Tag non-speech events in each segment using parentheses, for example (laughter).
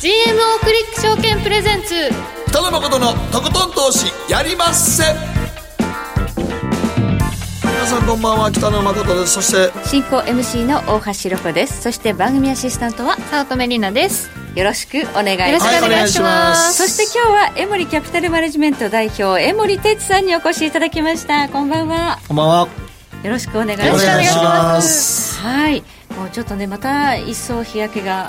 GMO クリック証券プレゼンツ北野誠のとことん投資やりまっせ皆さんこんばんは北野誠ですそして進行 MC の大橋ロコですそして番組アシスタントは早乙女里奈ですよろしくお願いしますよろしくお願いしますそして今日は江森キャピタルマネジメント代表江森哲さんにお越しいただきましたこんばんはこんばんはよろしくお願いしよまろすしくお願いしまはいもうちょっとねまた一層日焼け (laughs) がやっ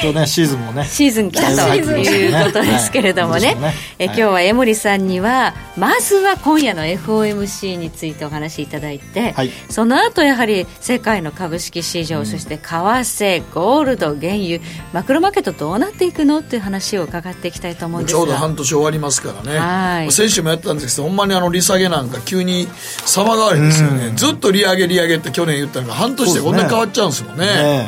とね、シーズンもね。シーズン来たとシーズンいうことですけれどもね,、はいえ今日は江森さんにはまずは今夜の FOMC についてお話しいただいて、はいその後やはり世界の株式市場、そして為替ゴールド原油マクロマーケットどうなっていくのっていう話を伺っていきたいと思うんですちがょうど半年終わりますからね、はい先週もやったんですけど、ほんまにあの利下げなんか、急に様変わりですよね、ずっと利上げ、利上げって去年言ったのが、半年でこんなに変わっちゃうんですもんね、ねえ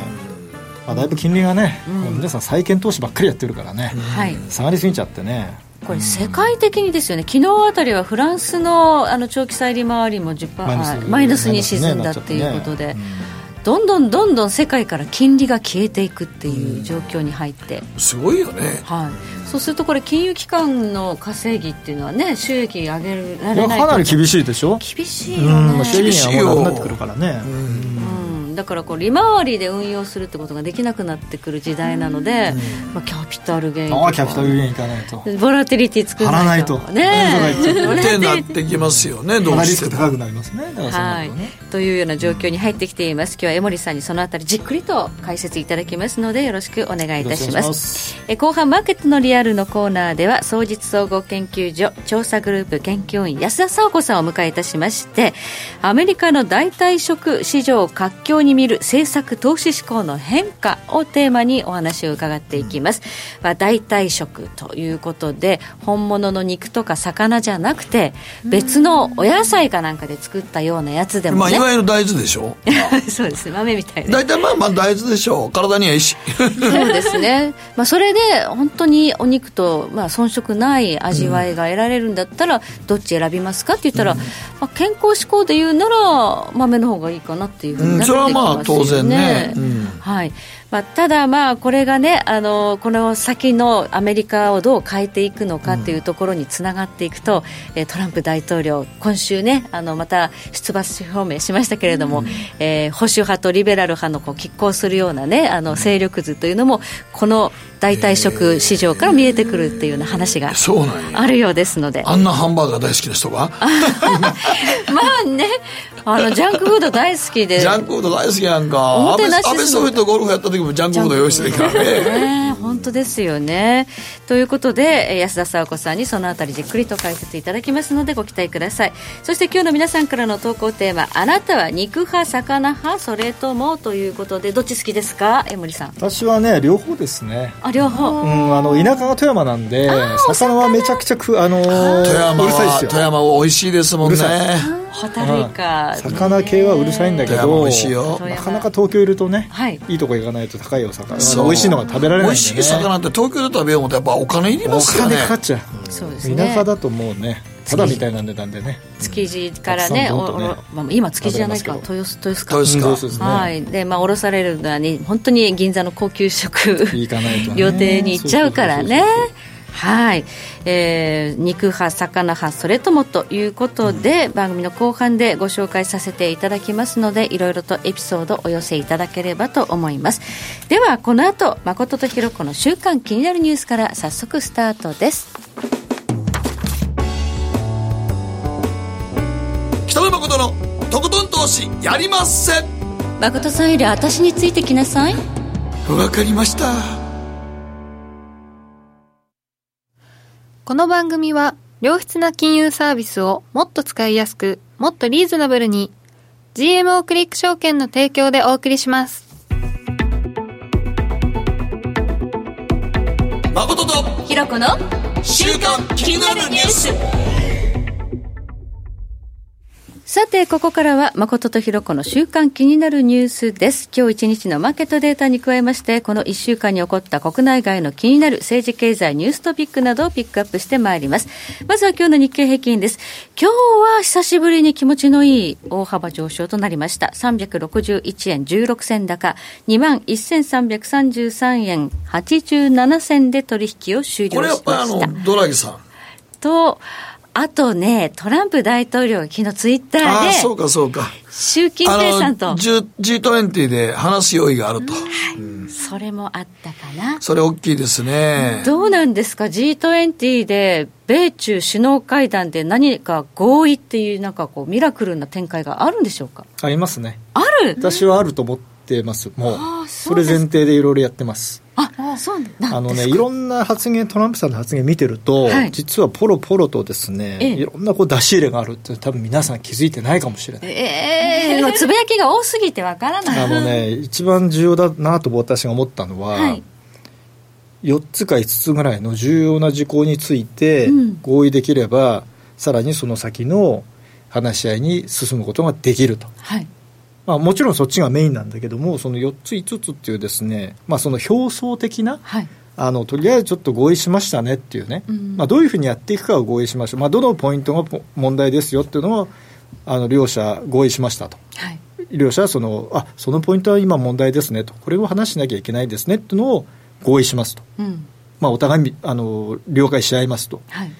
まあ、だいぶ金利がね、もう皆さん債券投資ばっかりやってるからね、はい下がりすぎちゃってね。これ世界的にですよね、昨日あたりはフランスのあの長期債利回りも10%パマイナスーマイナスに沈んだっていうことで、どんどんどんどん世界から金利が消えていくっていう状況に入って、すごいよね、はい、そうするとこれ、金融機関の稼ぎっていうのはね、収益上げらいやれないかなりと厳しいでしょ厳しういん、よねまあ、、厳しいよはもうなくなってくるからね。うんだからこう利回りで運用するってことができなくなってくる時代なので、まあ、キャピタルゲインとあかあ、キャピタルゲイン行かないと。ボラティリティ作らないと張らないとねえボラっティてリテなィってきますよね、どかうなりリしスてクも。高くなりますね。だからそうなはるいとね。、というような状況に入ってきています今日は江森さんにそのあたりじっくりと解説いただきますのでよろしくお願いいたしよろしくお願まいすしますえ後半マーケットのリアルのコーナーでは総実総合研究所調査グループ研究員安田沙子さんをお迎えいたしましてアメリカの代替食市場を活況に見る政策投資志向の変化をテーマにお話を伺っていきます、まあ、代替食ということで本物の肉とか魚じゃなくて別のお野菜かなんかで作ったようなやつでもまあ、ね、いわゆる大豆でしょ (laughs) そうですね豆みたいな大体まあまあ大豆でしょう体にはいい (laughs) しそうですね、まあ、それで本当にお肉と、まあ、遜色ない味わいが得られるんだったら、どっち選びますかって言ったら、まあ、健康志向で言うなら豆の方がいいかなっていうふうになってきますようんね、それはまあ当然ねうんはいまあ、ただ、まあこれがねあのこの先のアメリカをどう変えていくのかっていうところにつながっていくと、えートランプ大統領、今週ねあのまた出馬表明しましたけれども、えー保守派とリベラル派のこう拮抗するような、ね、あの勢力図というのもこの代替食市場から見えてくるっていうような話がそうなんやあるようですので。あんなハンバーガー大好きな人がまあね、あのジャンクフード大好きでジャンクフード大好きやんおかも安てなし倍する安倍総理とゴルフやった時もジャンクフード用意してるからねねえ本当ですよね。ということで、えー安田沙和子さんにそのあたりじっくりと解説いただきますのでご期待ください。そして今日の皆さんからの投稿テーマ、あなたは肉派、魚派、それともということで、どっち好きですか、江森さん。私はね、両方ですね。あ、両方。うん、あの田舎が富山なんで、魚はめちゃくちゃく、あのー富山うるさいではすよ。富山は美味しいですもんねうるさホタルイカ。魚系はうるさいんだけ富ど、山美味しいよ富な山かなか東京いるとね、はいい、いとこ行かないと高いお魚あそうの美味しいのが食べられ美ないんで、ね、味しい魚って東京で食べようもとやっぱお金いりおますよ金ねかかっちゃそうですう、ね。田舎だともうねただみたいな値段でね築地からね、たくおさんおどんとねろまあ今築地じゃないか、食豊洲、豊洲か。豊洲うんかそうですね、はい、で、まあ、降ろされるのはね、本当に銀座の高級食。行かないとね料亭に行っちゃうからね。はい、えー肉派魚派それともということで、番組の後半でご紹介させていただきますのでいろいろとエピソードお寄せいただければと思いますではこの後誠とひろ子の週刊気になるニュースから早速スタートです北野誠のとことん投資やりまっせ誠さんより私についてきなさいわかりましたこの番組は良質な金融サービスをもっと使いやすくもっとリーズナブルに GMO クリック証券の提供でお送りします誠とひろ子の週刊気になるニュースさて、ここからは、誠とひろこの週間気になるニュースです。今日一日のマーケットデータに加えまして、この1週間に起こった国内外の気になる政治経済ニューストピックなどをピックアップしてまいります。まずは今日の日経平均です。今日は久しぶりに気持ちのいい大幅上昇となりました。361円16銭高、21,333円87銭で取引を終了しこまれやっした。ぱりあのドラギさんと、あとね、トランプ大統領が昨日ツイッターああで、そうかそうか習近あ平さんのと、 10 G20 で話す用意があると、それもあったかな。それ大きいですねどうなんですか、G20 で、米中首脳会談で何か合意っていう、なんかこう、ミラクルな展開があるんでしょうか。ありますねある私はあると思ってますもうあそそうでれす前提でいろいろやってますあ、そうなんですか。あのねいろんな発言トランプさんの発言見てると、はい実はポロポロとですね、ええいろんなこう出し入れがあるって多分皆さん気づいてないかもしれないええもうつぶやきが多すぎてわからない。あの (laughs) ね一番重要だなと私が思ったのは、はい4つか5つぐらいの重要な事項についてうん合意できれば、さらにその先の話し合いに進むことができると、はい。まあ、もちろんそっちがメインなんだけどもその4つ5つっていうですね、まあ、その表層的なはい。あのとりあえずちょっと合意しましたねっていうね、うんまあ、どういうふうにやっていくかを合意しましょう、まあ、どのポイントがポ問題ですよっていうのをあの両者合意しましたと。はい。両者はそのあそのポイントは今問題ですねとこれを話しなきゃいけないですねっていうのを合意しますと、うん。まあ、お互いにあの了解し合いますとはい。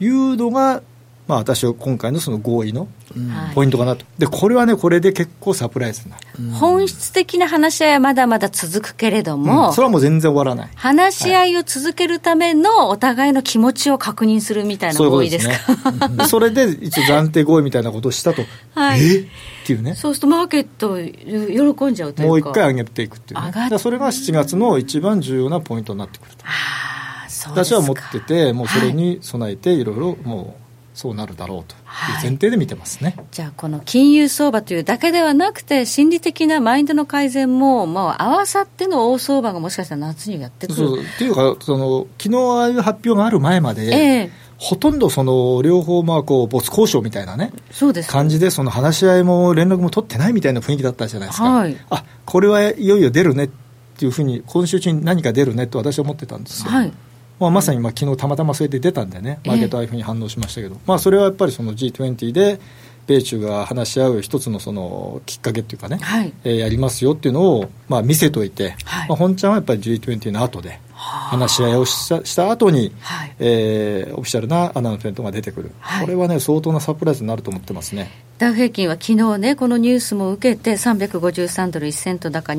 いうのが、まあ、私は今回のその合意のはいポイントかなとでこれはねこれで結構サプライズになる、本質的な話し合いはまだまだ続くけれども、うんそれはもう全然終わらない話し合いを続けるためのお互いの気持ちを確認するみたいなそういうこ合と意でですすか。ねでそれで一応暫定合意みたいなことをしたと、はいえっていうねそうするとマーケットよ喜んじゃうというか。もう一回上げていくっていう、ね、上だがっからそれが7月の一番重要なポイントになってくるとああ、そうです私か。は持ってて、もうそれに備えて、いろいろもうそうなるだろうという前提で見てますね。じゃあこの金融相場というだけではなくて心理的なマインドの改善ももう合わさっての大相場がもしかしたら夏にやってくる。そうっていうかその、昨日ああいう発表がある前まで、ええほとんどその両方まあこう没交渉みたいなね、そうです。感じで、その話し合いも連絡も取ってないみたいな雰囲気だったじゃないですか、はいあこれはいよいよ出るねっていうふうに、今週中に何か出るねと私は思ってたんですよ。はい。まあ、まさにまあ昨日たまたまそれで出たんでね、マーケットはああいうふうに反応しましたけど、まあ、それはやっぱりその G20 で、米中が話し合う一つのそのきっかけっていうかね、はいえーやりますよっていうのをまあ見せといて、はいまあ、本ちゃんはやっぱり G20 の後で、話し合いをしたした後に、はいえーオフィシャルなアナウンスメントが出てくる、はいこれはね、相当なサプライズになると思ってますね。ダウ平均は昨日ね、このニュースも受けて、353ドル1セント高、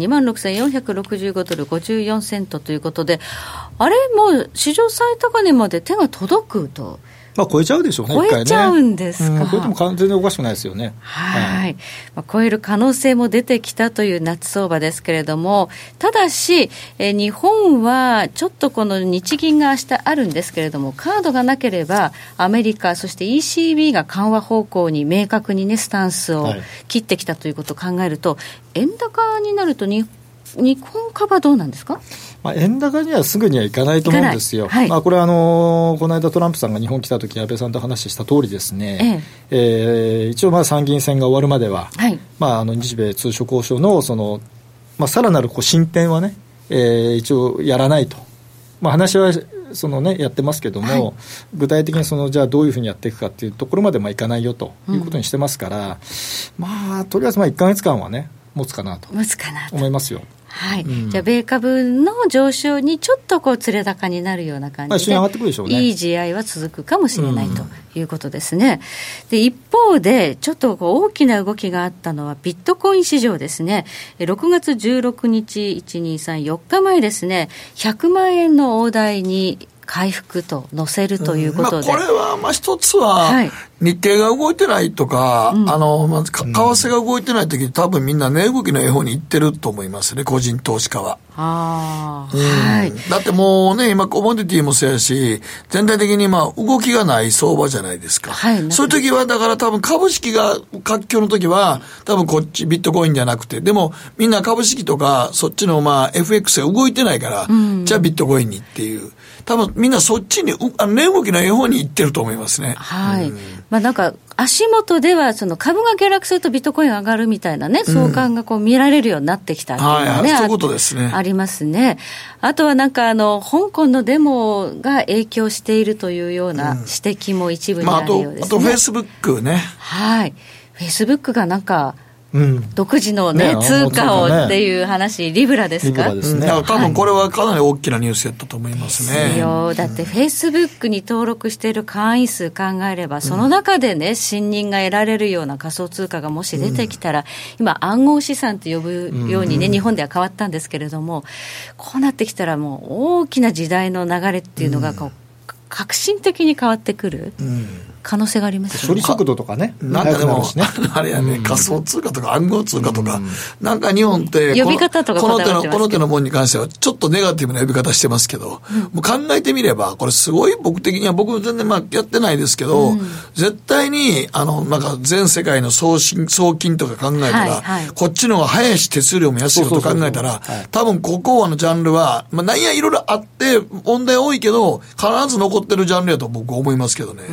26,465ドル54セントということで、あれ、もう史上最高値まで手が届くと、まあ、超えちゃうでしょうね、超え一回ねちゃうんですかう超えても完全におかしくないですよね。はいいまあ、超える可能性も出てきたという夏相場ですけれども、ただし、えー日本はちょっとこの日銀が明日あるんですけれども、カードがなければ、アメリカ、そして ECB が緩和方向に明確にね、スタンスをはい切ってきたということを考えると、円高になるとに、日本株はどうなんですかまあ、円高にはすぐにはいかないと思うんですよ、いかないはいまあ、これはあのーこの間、トランプさんが日本来た時安倍さんと話した通りですね、えー一応、まあ参議院選が終わるまでは、はい。まあ、あの日米通商交渉のその、まあ、さらなるこう進展はね、えー一応やらないと、まあ、話はその、ね、やってますけども、具体的にそのじゃあどういうふうにやっていくかっていうところまでまあいかないよということにしてますから、まあ、とりあえずまあ1か月間はね、持つかなとむつかなと。思いますよ。はい。うんじゃあ、米株の上昇にちょっとこう、連れ高になるような感じで。まあ、一緒に上がってくるでしょうね。いい試合は続くかもしれないということですね。で一方で、ちょっとこう大きな動きがあったのは、ビットコイン市場ですね、え6月16日、1、2、3、4日前ですね、100万円の大台に回復と乗せるということで。まあ、これはまあ一つははい日経が動いてないとか、あのまあ、か為替が動いてない時多分みんな値動きの絵本に行ってると思いますね個人投資家は。ああ、はい。だってもうね、今、コモディティもそうやし、全体的にまあ、動きがない相場じゃないですか。はいそういう時は、だから多分株式が、活況の時は、多分こっち、ビットコインじゃなくて、でも、みんな株式とか、そっちのまあ、FX が動いてないから、じゃあビットコインにっていう。多分みんなそっちに、うあの値動きの絵本に行ってると思いますね。はい。まあなんか、足元では、その株が下落するとビットコイン上がるみたいなね、相関がこう見られるようになってきたっていうのはいがはいね、そういあうことですねありますね。あとはなんか、あの、香港のデモが影響しているというような指摘も一部にまあ、ああるよとう、であすと、フねェイ。スブックね。はい。フェイスブックがなんか、うん、独自のね、ねあ通貨そうをだねっていう話、リブラですリブかラですねだから多分これはかなり大きなニュースやったと思いますですね。よだってフェイスブックに登録している会員数考えれば、その中でね、信任が得られるような仮想通貨がもし出てきたら、今、暗号資産と呼ぶようにね、日本では変わったんですけれども、こうなってきたら、もう大きな時代の流れっていうのがこう、革新的に変わってくる可能性があります処よ理ね。速度とかね、なんかでも、速くなるしね (laughs) あれやね、仮想通貨とか暗号通貨とか、なんか日本って、呼び方とかこのここだわのっ手てますけの、どこの手のもんに関しては、ちょっとネガティブな呼び方してますけど、もう考えてみれば、これすごい僕的には、僕全然まあやってないですけど、絶対に、あの、なんか全世界の送信、送金とか考えたら、はいはいこっちの方が早いし手数料も安いよと考えたらそうそうそうそうはい、多分ここはのジャンルは、まあなんやいろいろあって、問題多いけど、必ず残ってるジャンルやと僕思いますけどね。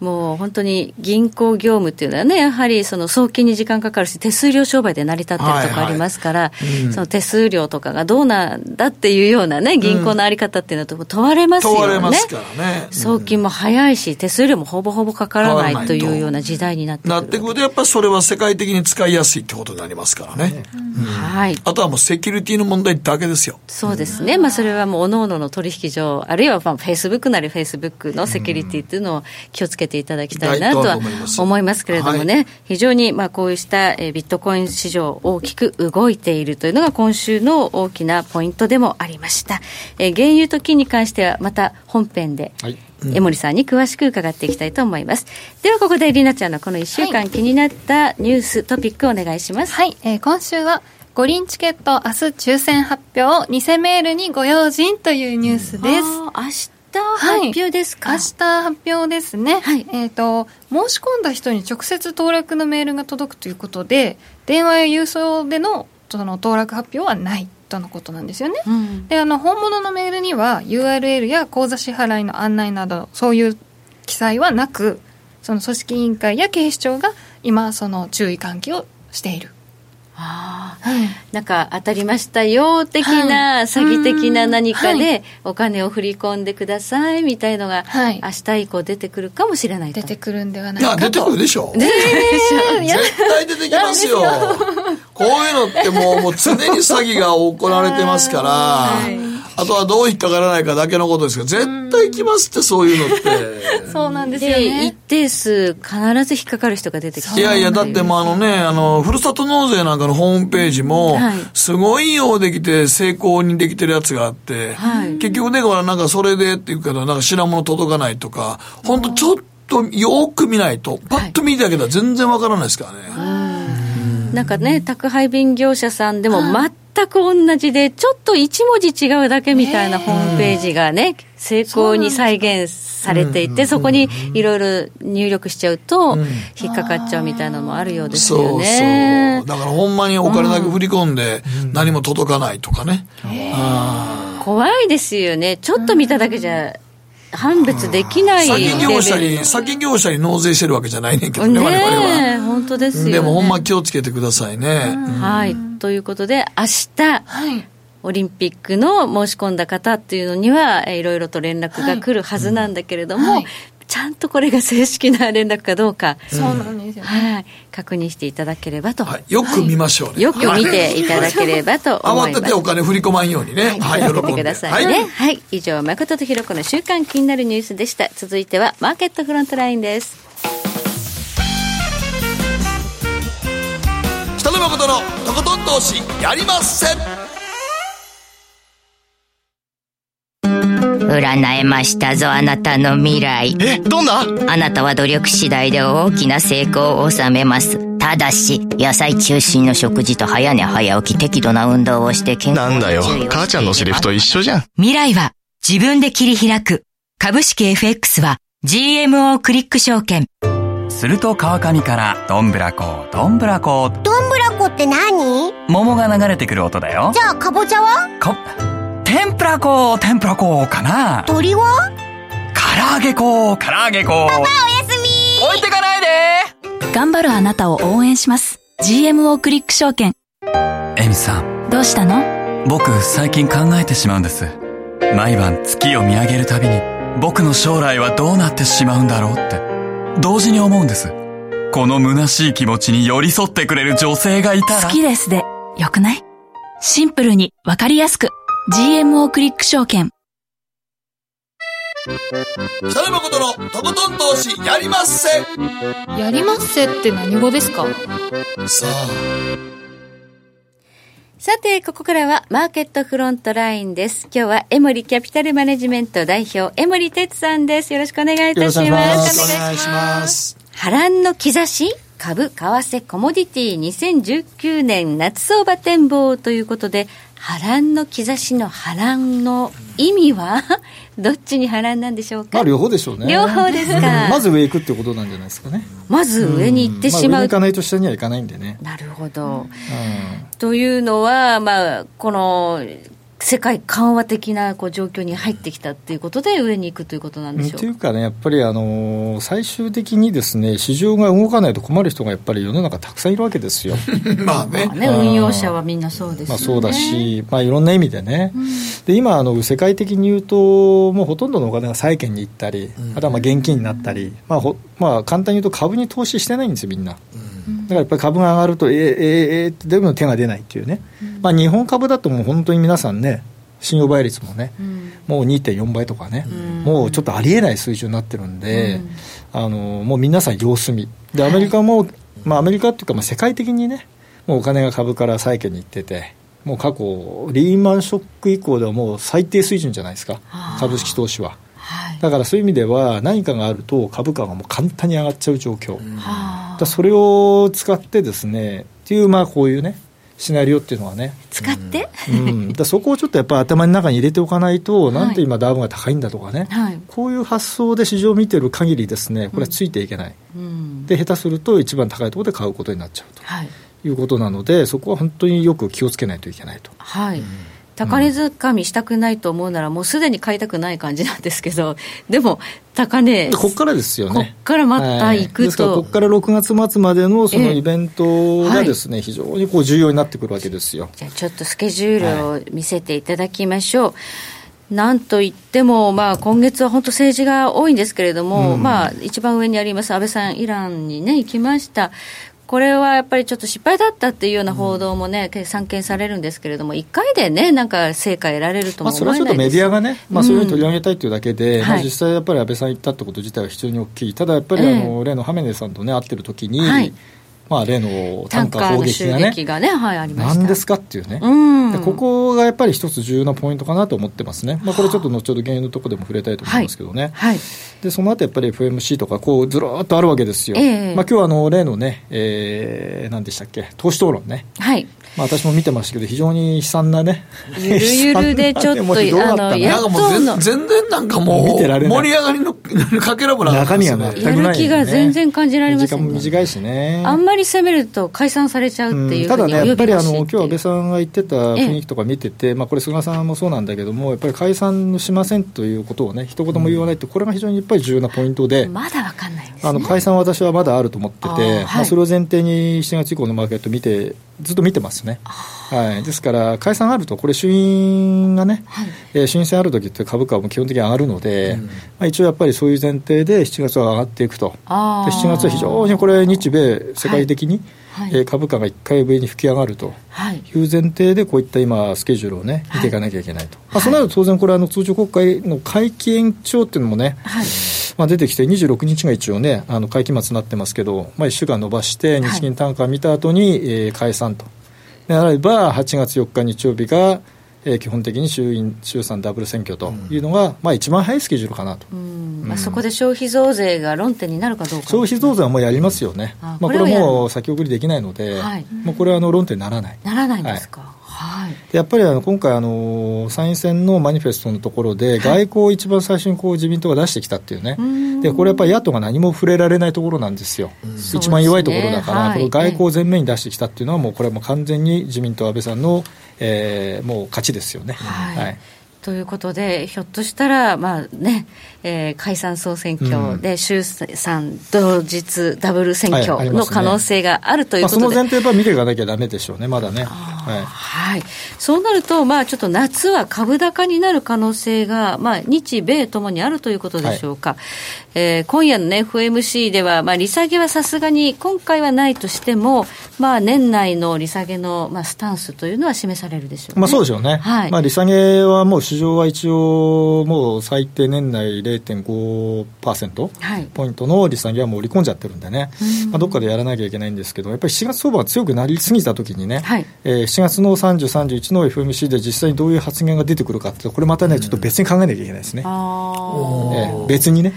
もう本当に銀行業務っていうのはね、やはりその送金に時間かかるし、手数料商売で成り立ってるとこありますから、その手数料とかがどうなんだっていうようなね、銀行のあり方っていうのはと問われますよね。問われますからね。送金も早いし、手数料もほぼほぼかからかからなないいとというような時代になってくる。なってくると、やっぱりそれは世界的に使いやすいってことになりますからね。はい。あとはもうセキュリティの問題だけですよ。そうですね、まあ、それはもうおのおのの取引所、あるいはまあフェイスブックなり、フェイスブックのセキュリティというのを気をつけていただきたいなとははいとは思います思いますけれどもね、非常にまあこうしたえービットコイン市場、大きく動いているというのが、今週の大きなポイントでもありました。えー原油と金に関しては、また本編で、はい江森さんに詳しく伺っていきたいと思います。では、ここでりなちゃんのこの1週間気になったニュース、トピックお願いします。はい、えー今週は五輪チケット明日抽選発表偽メールにご用心というニュースです。あー明日発表ですか、明日発表ですね、はいえっと申し込んだ人に直接当落のメールが届くということで電話や郵送でのその当落発表はないとのことなんですよね。うんであの本物のメールには URL や口座支払いの案内などそういう記載はなくその組織委員会や警視庁が今その注意喚起をしている。ああなんか当たりましたよ的な、はい詐欺的な何かうんはでお金を振り込んでくださいみたいのが、はい明日以降出てくるかもしれないと出てくるんではないいや、か出てくるでしょ。絶対出てきますよ。こういうのってもうもう常に詐欺が行われてますから、あとはどう引っかからないかだけのことですけど、絶対来ますってそういうのって。そうなんですよで一ね。定数必ず引っかかる人が出てきていやいや、だってもうあのね、あの、ふるさと納税なんかのホームページもはい、すごいようできて、成功にできてるやつがあって、はい結局ね、ほら、なんかそれでっていうから、なんか品物届かないとか、ほんとちょっとよく見ないと、パッと見ただけでは全然わからないですからね。なんかね宅配便業者さんでも全く同じでちょっと一文字違うだけみたいなホームページがね成功に再現されていてそこにいろいろ入力しちゃうと引っかかっちゃうみたいなのもあるようですよね。だからほんまにお金だけ振り込んで、何も届かないとかね。あ怖いですよね、ちょっと見ただけじゃ判別できなーいレ先ベ業者ルに、先業者に納税してるわけじゃないねんけどね、我々は。ねえ、本当ですよね。でもほんま気をつけてくださいね。はい、ということで、明日、はい。オリンピックの申し込んだ方っていうのには、えーいろいろと連絡が来るはずなんだけれども、はいはいちゃんとこれが正式な連絡かどうか、そうなんですよね。はい、確認していただければと、はい、よく見ましょうね。よく見ていただければと思慌います。ててお金振り込まんようにね。はい、喜頑張ってんくで。ださいはね。はい。以上、誠とひろこの週間気になるニュースでした。続いては、マーケットフロントラインです。北野誠のとことん投資やりません占えましたぞあなたの未来え、どんなあなたは努力次第で大きな成功を収めますただし野菜中心の食事と早寝早起き適度な運動をして健康なにんだよ注意をしていけ。ば母ちゃんのセリフと一緒じゃん。未来は自分で切り開く株式 FX は GMO クリック証券すると川上からどんぶらこどんぶらこどんぶらこって何桃が流れてくる音だよじゃあかぼちゃはこって天ぷら粉、天ぷら粉かな唐鳥は揚げ粉、唐揚げ粉。パパおやすみ置いてかないで頑張るあなたを応援します。GMO クリック証券。エミさん、どうしたの僕最近考えてしまうんです。毎晩月を見上げるたびに、僕の将来はどうなってしまうんだろうって、同時に思うんです。この虚しい気持ちに寄り添ってくれる女性がいたら。好きですで、よくないシンプルにわかりやすく。GMO クリック証券。北野誠のとことん投資やりまっせやりまっせって何語ですかさあさて、ここからはマーケットフロントラインです。今日はエモリキャピタルマネジメント代表、江森哲さんです。よろしくお願いいたします。よろしくお願よろいしますしくお願いします波乱の兆し株、為替、コモディティ2019年夏相場展望ということで、波乱の兆しの波乱の意味は、 (laughs) どっちに波乱なんでしょうまか、あ両方でしょうね両方ですかうんまず上行くってことなんじゃないですかねまず上に行ってしまんあ上にう。行かないと下には行かないんでね、なるほど。うんというのは、まあ、この、世界緩和的なこう状況に入ってきたということで、上に行くということなんでしょっうていうかね、やっぱり、あのー最終的にですね市場が動かないと困る人がやっぱり世の中たくさんいるわけで (laughs) すよ、まあねまあね、うん運用者はみんなそうですよね。まあ、そうだし、まあ、いろんな意味でね、で今あの、世界的に言うと、もうほとんどのお金が債券に行ったり、あとはまあ現金になったり、まあほまあ、簡単に言うと株に投資してないんですよ、みんな。だからやっぱり株が上がると、えー、えー、えーって、でも手が出ないっていうね、まあ、日本株だともう本当に皆さんね、信用倍率もね、もう2.4倍とかね、もうちょっとありえない水準になってるんで、あのもう皆さん様子見、でアメリカも、まあ、アメリカっていうか、まあ、世界的にね、もうお金が株から債券に行ってて、もう過去、リーマンショック以降ではもう最低水準じゃないですか、株式投資は。だからそういう意味では、何かがあると株価がもう簡単に上がっちゃう状況、だからそれを使ってですね、っていう、まあ、こういうね、シナリオっていうのはね、使って、 (laughs) うん、だからそこをちょっとやっぱり頭の中に入れておかないと、なんで今、ダウンが高いんだとかね、はいこういう発想で市場を見てる限りですね、これはついていけない、うんで下手すると一番高いところで買うことになっちゃうはいということなので、そこは本当によく気をつけないといけないと。はい、高値掴みしたくないと思うなら、もうすでに買いたくない感じなんですけど、でも、高値、でここからですよこっね。からまた行はいでくすから、と、ここから6月末までのそのええイベントがですね、非常にこう重要になってくるわけですよ。じゃあ、ちょっとスケジュールを見せていただきましょう。なんといっても、まあ、今月は本当、政治が多いんですけれども、まあ、一番上にあります安倍さん、イランにね、行きました。これはやっぱりちょっと失敗だったっていうような報道もね、散見されるんですけれども、一回でね、なんか成果得られるとまもあ、そ思れはえちょなっといでメすディアがね、まあ、それを取り上げたいというだけで、うんまあはい実際やっぱり安倍さん行ったってこと自体は非常に大きい、ただやっぱりあええの、例のハメネさんと、ね、会ってる時に、はいまあ、例のタ単ンカ価ー砲の撃襲が撃ね、がね、はい、ありました。なんですかっていうね。うんでここがやっぱり一つ重要なポイントかなと思ってますね、まあ、これちょっと後ほど原因のところでも触れたいと思いますけどね、はい。でその後やっぱり FMC とかこうずらーっとあるわけですよ、ええまあ、今日はあの例のね、えー、何でしたっけ投資討論ね、はい。まあ、私も見てましたけど非常に悲惨なねゆるゆるでちょっと悲惨なねもうひどかったあのねやなんかもうやっとの全全然なんかもう見てられない盛り上がりのかけらもなかったで中身すはね全くやない、ね、る気が全然感じられませ時ん間もね短いしねあんまり攻めると解散されちゃうっていうたふだうにねや及っぱびりあ腰の今って日安倍さんが言ってた雰囲気とか見てて、まあ、これ菅さんもそうなんだけどもやっぱり解散しませんということをね一言も言わないってこれが非常にやっぱり重要なポイントで。まだわかんないんですあのね。解散は私はまだあると思っててあーはいまあ、それを前提に7月以降のマーケット見てずっと見てますね、はい、ですから解散あるとこれ衆院がね、えー衆院選ある時って株価はもう基本的に上がるので、まあ、一応やっぱりそういう前提で7月は上がっていくとであー7月は非常にこれ日米世界的に、はいえー株価が1回上に吹き上がると。はい。いう前提でこういった今、スケジュールをね、見ていかなきゃいけないと、まあ、その後当然、これあの、通常国会の会期延長っていうのもね、はい。まあ、出てきて、26日が一応ね、あの会期末になってますけど、まあ、1週間延ばして、日銀単価見た後に、えー解散と、であれば、8月4日日曜日が、えー基本的に衆院、衆参ダブル選挙というのが、まあ、一番早いスケジュールかなと、うんまあそこで消費増税が論点になるかどうか。消費増税はもうやりますよね、あまあ、これこはれはやるもう先送りできないので、はいもうこれはあの論点にならない。ならないんですか。はい。でやっぱりあの今回あの、参院選のマニフェストのところで、外交を一番最初にこう自民党が出してきたっていうね、でこれやっぱり野党が何も触れられないところなんですよ、すね一番弱いところだから、はいこの外交を前面に出してきたっていうのは、もうこれはもう完全に自民党、安倍さんの、えーもう勝ちですよね。はいということで、ひょっとしたら、まあねえー解散・総選挙で、衆参同日ダブル選はいあり挙まのすね可能性があるというまあ、ことそで、の前提は見ていかなきゃだめでしょうね、まだね。ははい、そうなると、まあ、ちょっと夏は株高になる可能性が、まあ、日米ともにあるということでしょうか、えー今夜の、ね、FMC では、まあ、利下げはさすがに今回はないとしても、まあ、年内の利下げの、まあ、スタンスというのは示されるでしょうね。いまあ、そうでしょうね、はいまあ、利下げはもう市場は一応、もう最低年内0.5%、はいポイントの利下げはもう織り込んじゃってるんでね、まあ、どっかでやらなきゃいけないんですけど、やっぱり7月相場が強くなりすぎたときにね、はいえー7月の30、31の FMC で実際にどういう発言が出てくるかって、これまたね、ちょっと別に考えなきゃいけないですね、あえー別にね。ー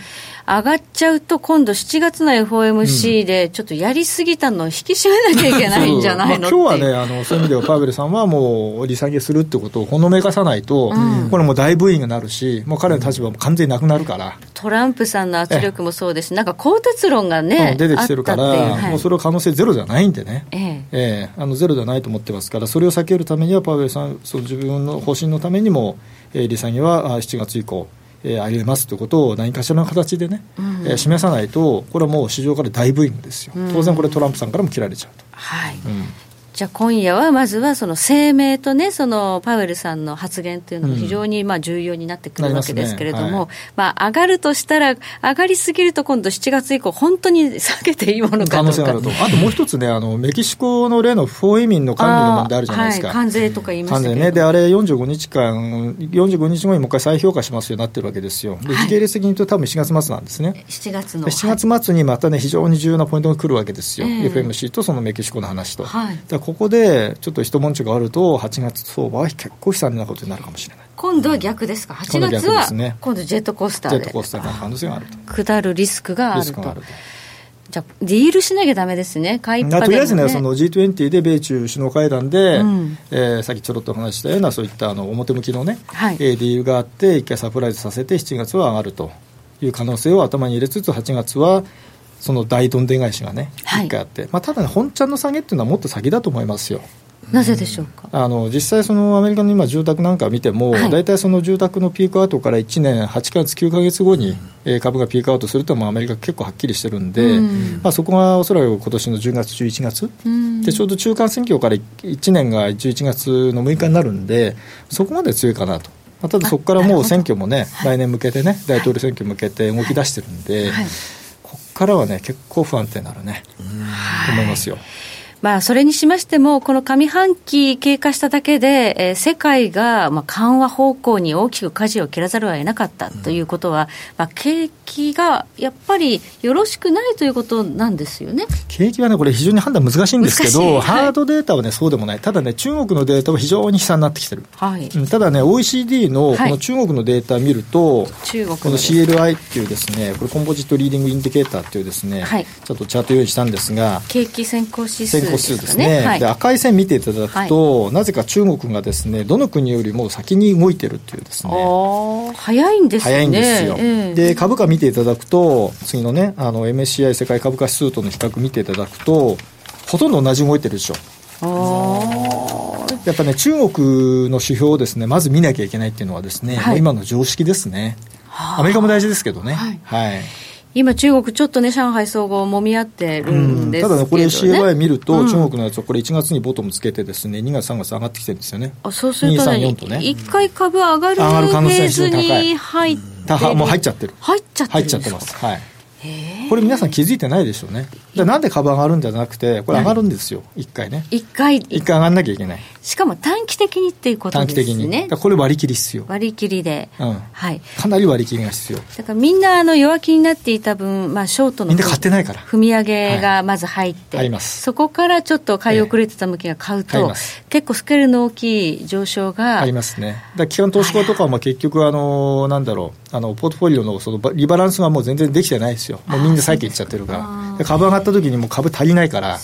上がっちゃうと、今度7月の FOMC で、ちょっとやりすぎたのを引き締めなきゃいけないんじゃないのっていう、まあ、今日はねあの、そういう意味ではパウエルさんはもう利下げするってことをほのめかさないと、これもう大ブーイングになるし、もう彼の立場も完全になくなるから、トランプさんの圧力もそうですし、なんか更迭論がうね、ん出てきてるから、あったっていうはいもうそれは可能性ゼロじゃないんでね。ええええあのゼロではないと思ってますから、それを避けるためには、パウエルさん、その自分の方針のためにも、えー利下げはあ7月以降、えー、ありえますということを何かしらの形でね、えー示さないと、これはもう市場から大ブーイングですよ、当然これ、トランプさんからも切られちゃうと。はいうんじゃあ今夜はまずはその声明とね、そのパウエルさんの発言というのも非常にまあ重要になってくなるりわまけすねですけれどはもい、まあ上がるとしたら、上がりすぎると今度7月以降、本当に下げていいものかど可能う性があかる。と、あともう一つね、あのメキシコの例の不法移民の管理の問題あるじゃないですか、あーはい関税とか言いました関け税れどね、であれ、45日間、45日後にもう一回再評価しますようになってるわけですよ、で時系列的に言うと、多分4月末なんですね。 7月の。 7月末にまたね、非常に重要なポイントが来るわけですよ、ええ FMC とそのメキシコの話と、はいだからここでちょっと一文字があると、8月相場は結構悲惨なことになるかもしれない、今度は逆ですか。8今度は月逆ではすね今度ジェットコースタジーェットでコースターの可能性があると、下るリスクがあリるスクとがあ。ると。じゃあディールしなきゃダメですね。買いっぱでまあもとりあえずね、その G20 で米中首脳会談で、うんえーさっきちょろっとお話ししたような、そういったあの表向きのね、はいえー理由があって、一回サプライズさせて、7月は上がるという可能性を頭に入れつつ、8月は、その大どんでん返しがね、はい一回あって、まあ、ただね、本ちゃんの下げっていうのはもっと先だと思いますよ。なぜでしょうか。あの実際、そのアメリカの今、住宅なんか見ても、はい大体その住宅のピークアウトから1年8ヶ月、9ヶ月後に、えー株がピークアウトするともうアメリカ、結構はっきりしてるんで、まあ、そこがおそらく今年の10月、11月、でちょうど中間選挙から1年が11月の6日になるんで、そこまで強いかなと。まあただそこからもう選挙もね、来年向けてね、大統領選挙向けて動き出してるんで、ここからはね、結構不安定になるね、と思いますよ。まあ、それにしましても、この上半期経過しただけで、えー世界がまあ緩和方向に大きく舵を切らざるを得なかったということは、まあ、景気がやっぱりよろしくないということなんですよね。景気はね、これ、非常に判断難しいんですけ難しいど、はいハードデータはね、そうでもない、ただね、中国のデータは非常に悲惨になってきてる、はい、うんただね、OECD のこはいの中国のデータを見ると、中国こののです CLI っていうですね、これ、コンポジットリーディングインディケーターっていうですね、はいちょっとチャート用意したんですが、景気先行指数先で行指数すでかすね。ね、はいで赤い線見ていただくと、なぜか中国がですね、どの国よりも先に動いてるっていうですね。おー早いんですね。早いんですよ、ええで株価見ていただくと次のねあの MSCI 世界株価指数との比較見ていただくとほとんど同じ動いてるでしょやっぱね中国の指標をですねまず見なきゃいけないっていうのはですね、はいもう今の常識ですねアメリカも大事ですけどね、はい今、中国ちょっとね、上海総合揉み合ってるんですけたど、だねね、これ CY 見ると、中国のやつはこれ1月にボトムつけてですね、2月、3月上がってきてるんですよね。あそうするとね234とね一回株上がるフ上がる可能性ェー非常ズに高いに入ってたるはもう入っちゃってる。入っちゃってるん入っでちゃすかってます。はい。これ皆さん気づいてないでしょうね。でなんで株上がるんじゃなくて、これ上がるんですよ、一回ね。一回一回上がんなきゃいけない。しかも短期的にっていうこと短で期すね的に。だからこれ割り切り必要。割り切りで、うんはいかなり割り切りが必要。だからみんなあの弱気になっていた分、まあ、ショートのみんな買ってないから踏み上げがまず入って、はい入りますそこからちょっと買い遅れてた向きが買うと、ええ入ります結構スケールの大きい上昇がありますね。だから基本投資家とかはもう結局、あの、なんだろう、あの、ポートフォリオのそのばリバランスがもう全然できてないですよ。もうみんな債券いっちゃってるから。で株上がった時にもう株足りないから、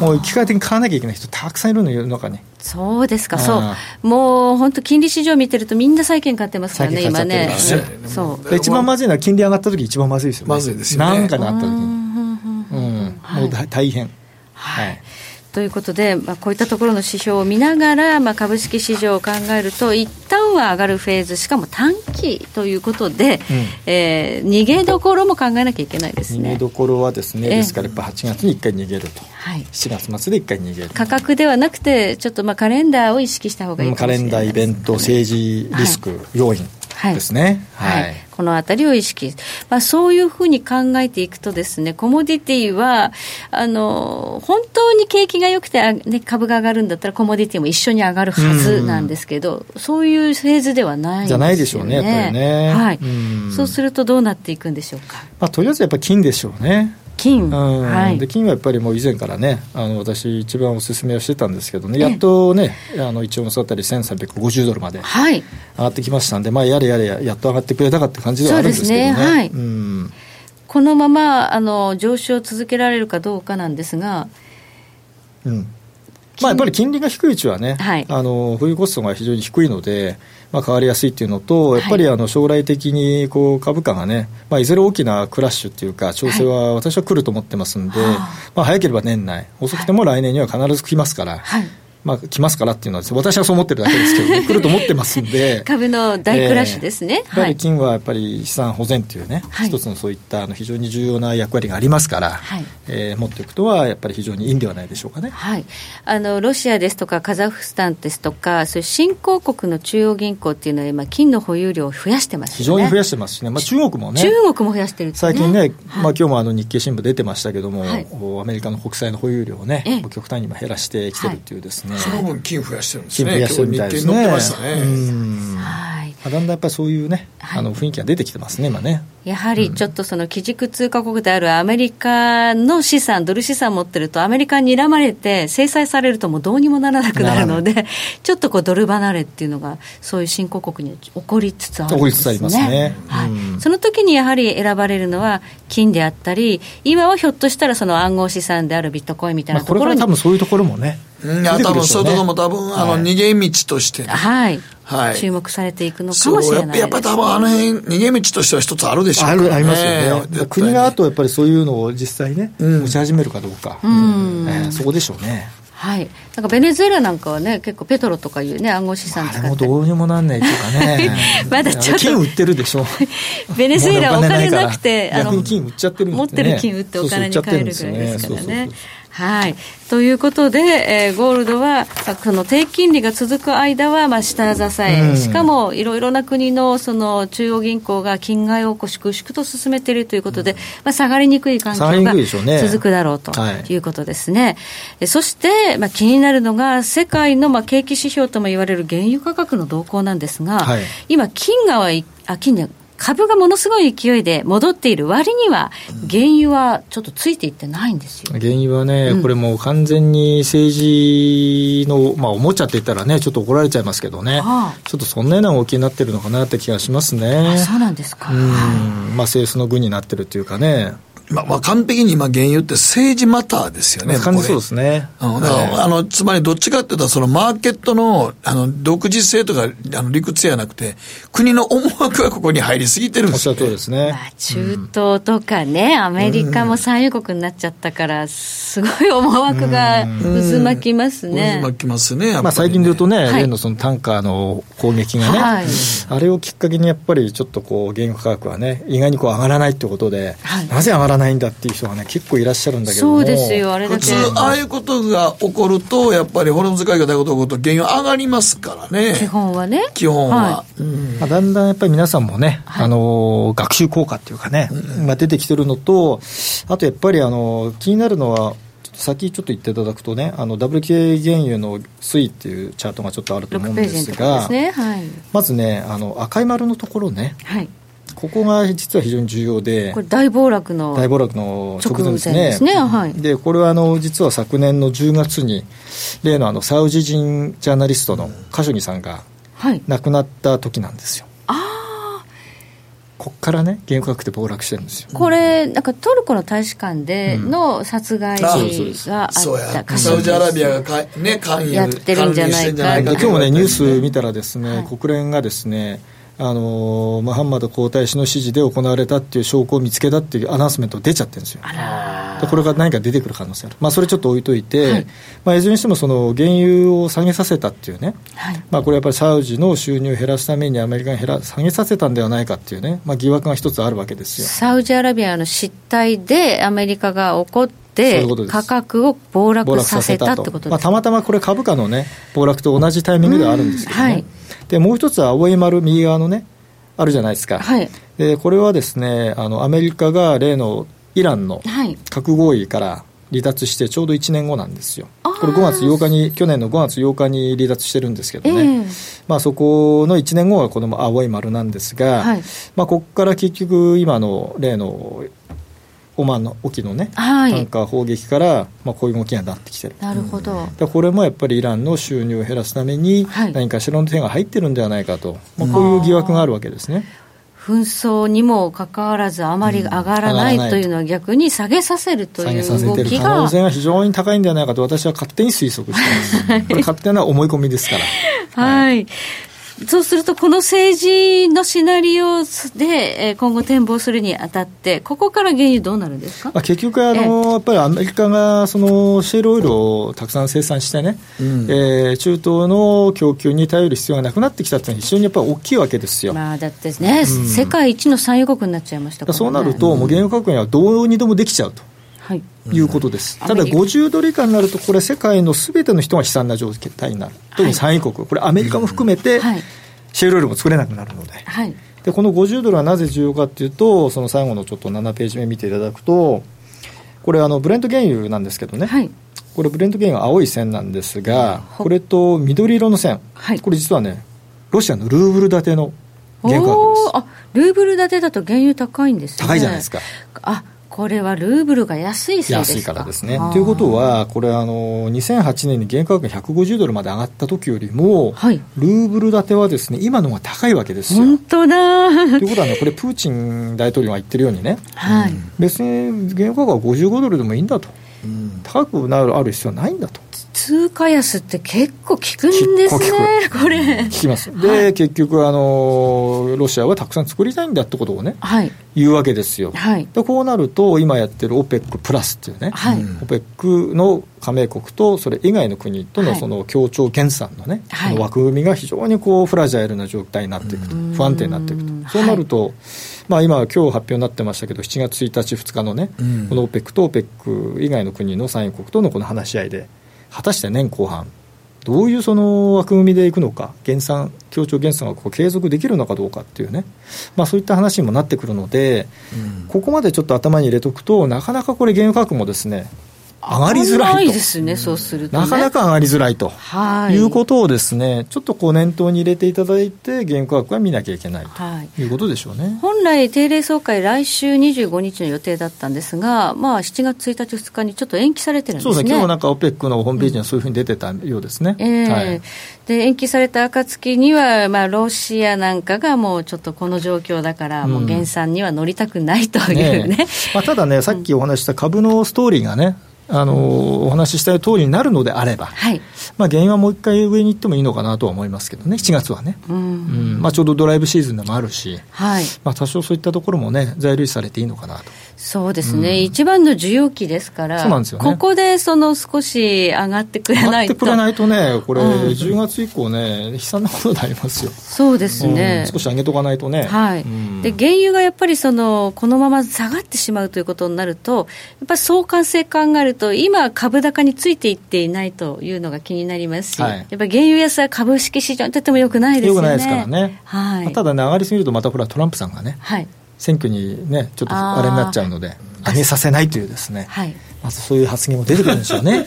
もう機械的に買わなきゃいけない人たくさんいるのよ、世の中に。そうですか、うんそうもう本当金利市場見てるとみんな債券買ってますからね債券買今っちゃっねてるからねうんそうで一番まずいのは金利上がった時一番まずいですよね、まずいですよねなんかのあった時にうんもうだ大変はいということで、まあ、こういったところの指標を見ながら、まあ、株式市場を考えると一旦は上がるフェーズしかも短期ということで、えー逃げどころも考えなきゃいけないです逃げね。どころはですね、ええですからやっぱ8月に1回逃げると、はい7月末で1回逃げる価格ではなくてちょっとまあカレンダーを意識した方がいいかカもしレれンなダー、いイですベント、政治、リスク、要因ですね。はいはいこの辺りを意識、まあ、そういうふうに考えていくとですねコモディティはあの本当に景気が良くて、あね、株が上がるんだったらコモディティも一緒に上がるはずなんですけど、そういうフェーズではないんですよねじゃないでしょうねやっぱりねはいうんそうするとどうなっていくんでしょうかまあ、とりあえずやっぱり金でしょうね。金、うんはいで金はやっぱりもう以前からねあの私一番おすすめをしてたんですけどねやっとねあの1オンスあたり1350ドルまではい上がってきましたんで、まあ、やれやれややっと上がってくれたかって感じではあるんですけどねそうですねはいうんこのままあの上昇を続けられるかどうかなんですが、うんまあ、やっぱり金利が低いうちはね、はいあの冬コストが非常に低いので、まあ、変わりやすいっていうのと、やっぱりあの将来的にこう株価がね、まあ、いずれ大きなクラッシュっていうか、調整は私は来ると思ってますんで、まあ、早ければ年内、遅くても来年には必ず来ますから、はいまあ、来ますからっていうのは、私はそう思ってるだけですけど、 (laughs) 来ると思ってますんで。株の大クラッシュですねえ、ーやっぱはりい金はやっぱり資産保全というね、はい一つのそういったあの非常に重要な役割がありますから、はいえー持っておくとはやっぱり非常にいいんではないでしょうかね。はい、あのロシアですとかカザフスタンですとかそういう新興国の中央銀行っていうのは今金の保有量を増やしてます非よ常ねに増やしてますしね、まあ、中国もね、中国も増やしてるって最近ね、まあ今日もあの日経新聞出てましたけども、はいこうアメリカの国債の保有量をね、ええもう極端に今減らしてきてるっていうですね、その分金増やしてるんです金ね。利増やしてるみたいですね。今日日経に載ってましたね。うんまはい、あだんだんやっぱりそういうね、はいあの雰囲気が出てきてますね、今ね。やはりちょっとその基軸通貨国であるアメリカの資産、ドル資産持ってると、アメリカに睨まれて、制裁されるともうどうにもならなくなるので、ちょっとこうドル離れっていうのが、そういう新興国に起こりつつあるんですね。起こりつつありますねはいうんその時にやはり選ばれるのは、金であったり、今はひょっとしたらその暗号資産であるビットコインみたいまあなとこころれからに。多分そういうところもね、うん、い出やて多くるで分しそょうういうねところも多分、あはの、い逃げ道としてね、はい、はい注目されていくのかそもしうれやないっでぱすやっぱり多分あの辺逃げ道としては一つあるでしょうあからるありますよ絶ね対に国があとやっぱりそういうのを実際ね、うん持ち始めるかどうか、んえーそこでしょうね。はい、なんかベネズエラなんかはね、結構ペトロとかいうね、暗号資産使あって。れもどうにもなんないっていうかね (laughs) まだちょっと金売ってる (laughs) でしょ。ベネズエラはお金なくて、もうねお金ないから逆に金売っちゃってるんでね持ってる金売ってお金にそうそう変えるぐらいですからね。はい、ということで、えーゴールドは、さこの低金利が続く間は、まあ、下支え、うんしかもいろいろな国のその中央銀行が金買いをこう粛々と進めているということで、まあ、下がりにくい環境下がりにがくいでしょうね続くだろうとはいいうことですね。えそして、まあ、気になるのが、世界のまあ景気指標とも言われる原油価格の動向なんですが、はい今、金がはいあ金ね株がものすごい勢いで戻っている割には、原油はちょっとついていってないんですよ。原因はね、うんこれもう完全に政治の、まあ、おもちゃって言ったらね、ちょっと怒られちゃいますけどね、あちょっとそんなような動きになってるのかなって気がしますねあ。そうなんですか。うん、まあ、政府の軍になってるっていうかね、まあ、まあ完璧に今原油って政治マターですよね。感じそうでこすね。れうんだからあの、つまりどっちかって言ったら、そのマーケットの、あの、独自性とか、あの、理屈やなくて、国の思惑がここに入りすぎてるんおっですしゃよる通りですねま。あ、中東とかね、アメリカも産油国になっちゃったから、すごい思惑が渦巻きますね。これきますね、やっぱりねまあ、最近で言うとね、はい例のそのタンカーの攻撃がね、はいあれをきっかけにやっぱりちょっとこう原油価格はね、意外にこう上がらないってことで、はいなぜ上がらないんだっていう人がね、結構いらっしゃるんだけどもそうですよ、あれだ普け。通、ああいうことが起こると、やっぱりホルムズ海峡大ことが起こると、原油上がりますからね。基本はね。基本は。はうんまあ、だんだんやっぱり皆さんもね、あのー学習効果っていうかね、が出てきてるのと、あとやっぱりあのー気になるのは、ちょっと先ちょっと言っていただくとね、あの WK 原油の推移っていうチャートがちょっとあると思う6んペーでジのすところでが、すね。はい。まずね、あの赤い丸のところね、はい。ここが実は非常に重要でこ、れ大暴落の。大暴落の直前です直前ね。ですねはいでこれはあの実は昨年の10月に例のあのサウジ人ジャーナリストのカショギさんがはい。亡くなった時なんですよ。こっからね原油価格で暴落してるんですよ。これなんかトルコの大使館での殺害があうんっそうやた、歌詞サウジアラビアがかいね、関与やってるんじゃな関いか連してんじゃでないか今と日もねニュース見たらですね、はい国連がですねあのームハンマド皇太子の指示で行われたっていう証拠を見つけたっていうアナウンスメント出ちゃってるんですよ。でこれが何か出てくる可能性ある、まあ、それちょっと置いといて、いまあ、いずれにしてもその原油を下げさせたっていうね、まあ、これやっぱりサウジの収入を減らすためにアメリカに減ら下げさせたんではないかっていうね、まあ、疑惑が一つあるわけですよ。サウジアラビアの失態でアメリカが怒っそうていうことです価格を暴暴落落ささせせたたってとことです、まあ、たまたまこれ株価の、ね、暴落と同じタイミングではあるんですけど、ねうんはいでもう一つは青い丸右側のねあるじゃないですか、はいでこれはですねあのアメリカが例のイランのはい核合意から離脱してちょうど1年後なんですよこれ5月8日に去年の5月8日に離脱してるんですけどね、ええまあ、そこの1年後がこの青い丸なんですが、はいまあ、ここから結局今の例のオマーンの沖のね、はいタンカー砲撃から、まあ、こういう動きにはなってきてる。なるほど、だからこれもやっぱりイランの収入を減らすためにはい何かしらの手が入ってるんではないかと、まあ、こういう疑惑があるわけですね。紛争にもかかわらずあまり上がらなうん上がらないいというのは逆に下げさせると下いげさうせ動てるき可能が性が非常に高いんではないかと私は勝手に推測してます。これ勝手な思い込みですから。はい。そうすると、この政治のシナリオで、えー今後展望するにあたって、ここから原油どうなるんですかまあ、結局あの、やっぱりアメリカがそのシェールオイルをたくさん生産してね、うんえー中東の供給に頼る必要がなくなってきたっていうのは非常にやっぱり大きいわけですよ。まあ、だってね、世界一の産油国になっちゃいましただか、かららそうなる、と、もう原油価格にはどうにでもできちゃうと。はい。いうことです、うんたアだメリカ50ドル以下になると、これ、世界のすべての人が悲惨な状態になる、特に産油国、これ、アメリカも含めて、はい。シェールオイルも作れなくなるので、はい。でこの50ドルはなぜ重要かっていうと、その最後のちょっと7ページ目見ていただくと、これ、あのブレント原油なんですけどね、はい。これ、ブレント原油は青い線なんですが、ほこれと緑色の線、はいこれ、実はね、ロシアのルーブル建ての原価格おですー。あ、ルーブル建てだと原油高いんですね。高いじゃないですか。あ、これはルーブルが安いせいですか安いからですね。ということは、これあの、2008年に原価格が150ドルまで上がった時よりも、はいルーブル建てはですね、今の方が高いわけですよ。本当だ。ということはね、これ、プーチン大統領が言ってるようにね、はい。別に原価格は55ドルでもいいんだと、高くなるある必要はないんだと、通貨安って結構効くんです結ね、これ。聞きます。で、結局あの、ロシアはたくさん作りたいんだってことをね、はい。言うわけですよ。はい。でこうなると、今やってる OPEC プラスっていうね、はい。 OPEC の加盟国とそれ以外の国とはのいその協調減産のね、はいその枠組みが非常にこうフラジャイルな状態になっていくと、うん不安定になっていくうんと、そうなると、まあ、今、今日発表になってましたけど、7月1日、2日のね、うんこの OPEC と OPEC 以外の国の産油国とのこの話し合いで、果たして年後半、どういうその枠組みでいくのか、減産、協調減産がこう継続できるのかどうかっていうね、まあ、そういった話にもなってくるので、ここまでちょっと頭に入れとくと、なかなかこれ、原油価格もですね、上がりづらないいとで。すね、そうすると、ね。なかな。か上がりづらいと。、はいい。うことをですね、ちょっとこう念頭に入れていただいて、原油価格は見なきゃいけないはい。ということでしょうね。本来定例総会来週25日の予定だったんですが、まあ7月1日2日にちょっと延期されてるんですそね。うですね、今日なんか OPEC のホームページにはそういうふうに出てたようですね。ええはいで延期された暁には、まあ、ロシアなんかがもうちょっとこの状況だから、もう減産には乗りたくないというね、ねえまあ、ただね、さっきお話しした株のストーリーがね、あのーお話しした通りになるのであれば、はい、まあ、原因はもう一回上に行ってもいいのかなとは思いますけどね、7月はね、うんうんまあ、ちょうどドライブシーズンでもあるし、はい、まあ、多少そういったところもね、在留視されていいのかなと。そうですね、一番の需要期ですから、そうなんですよねここでその少し上がってくれない待っと、てくれないとね、これ、うん10月以降ね、悲惨なことになりますよ。そうですねうん、少し上げとかないとね。はいうんで原油がやっぱりそのこのまま下がってしまうということになると、やっぱり相関性考えると、今、株高についていっていないというのが気になりますし、はいやっぱり原油安は株式市場にとってもよくないですよね。良くないですからねはい、まあただね、上がりすぎると、またほら、トランプさんがね、はい選挙にね、ちょっとあーあれになっちゃうので、上げさせないというですね、はいまあ、そういう発言も出てくるんでしょ (laughs) うね。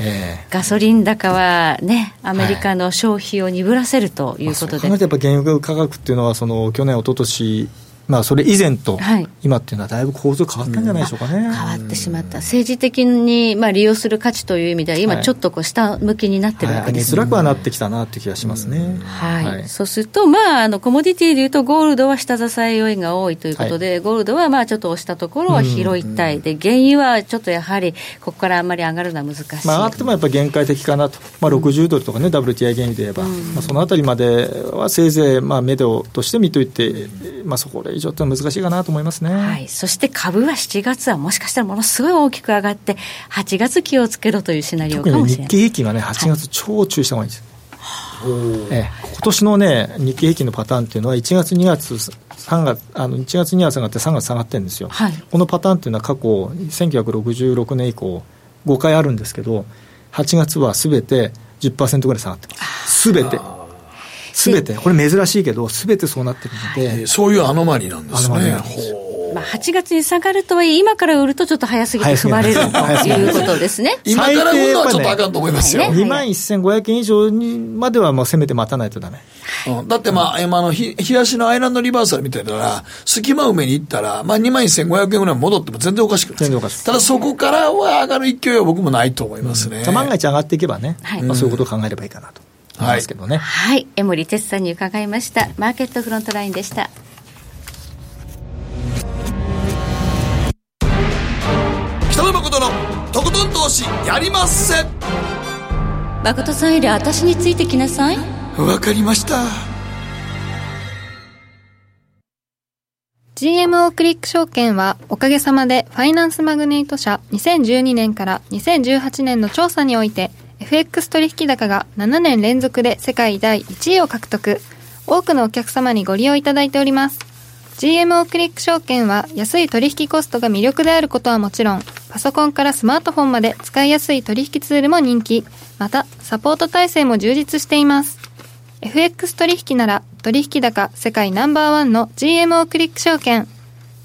ええガソリン高はね、アメリカの消費を鈍らせるということで、まあそう考えてやっぱ原油価格っていうのはその去年、一昨年まあ、それ以前とはい今っていうのはだいぶ構造変わったんじゃないでしょうかね。変わってしまった政治的にまあ利用する価値という意味では今はいちょっとこう下向きになってるわはけい、で見すづねらくはなってきたなっていう気がしますね。はいそうすると、まあ、あのコモディティでいうと、ゴールドは下支え要因が多いということで、ゴールドはまあちょっと押したところは拾いたい、で原油はちょっとやはり、ここからあんまり上がるのは難しい、まあ、上がってもやっぱり限界的かなと、まあ、60ドルとかね、WTI 原油で言えば、まあ、そのあたりまではせいぜい、まあ、目処として見といて、まあ、そこ以上ってのは難しいかなと思いますね。はい、そして株は7月はもしかしたらものすごい大きく上がって、8月気をつけろというシナリオ特かにも日しれな経い。平均はね、8月、超注意した方がいいんです。ええ、今年のね、日経平均のパターンっていうのは、1月、2月、3月、あの1月、2月上がって、3月下がってるんですよ、はいこのパターンっていうのは、過去、1966年以降、5回あるんですけど、8月はすべて10%ぐらい下がってます、すべて、すべて、これ珍しいけど、すべてそうなってるのえでー、そういうアノマリーなんですアノマリね。ーなんですほうまあ、8月に下がるとはいえ、今から売るとちょっと早すぎて早す踏ぎまれるますと早すぎますいうことですね。今から売るのはちょっとあ最低はねかんと思いますよ。はいね2万1500円以上にまではまあせめて待たないとだめ、うんだってまあ、えーまああの、ひ東のアイランドリバーサルみたいなら、隙間埋めに行ったら、まあ2万1500円ぐらい戻っても全然おかしくない。全然おかしくないただそこからは上がる勢いは僕もないと思いますね。万が一上がっていけばね、はいまあ、そういうことを考えればいいかなと思いますけどね。はい、江森哲さんに伺いました。マーケットフロントラインでした。北野誠のとことん投資やりまっせ誠さんより私についてきなさい。わかりました。 GMO クリック証券はおかげさまでファイナンスマグネート社2012年から2018年の調査において FX 取引高が7年連続で世界第1位を獲得多くのお客様にご利用いただいております GMO クリック証券は安い取引コストが魅力であることはもちろんパソコンからスマートフォンまで使いやすい取引ツールも人気またサポート体制も充実しています FX 取引なら取引高世界ナンバーワンの GMO クリック証券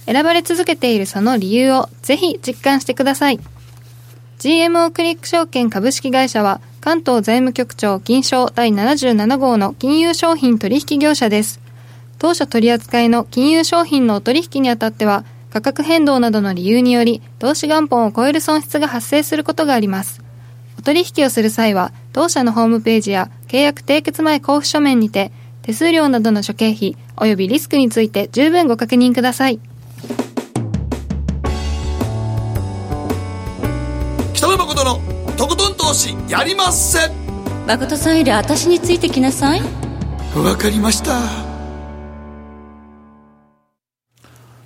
選ばれ続けているその理由をぜひ実感してください GMO クリック証券株式会社は関東財務局長銀賞第77号の金融商品取引業者です当初取り扱いの金融商品のお取引にあたっては価格変動などの理由により投資元本を超える損失が発生することがありますお取引をする際は、当社のホームページや契約締結前交付書面にて、手数料などの諸経費及びリスクについて十分ご確認ください。北野誠のとことん投資やりまっせ誠さんより私についてきなさい。わかりました。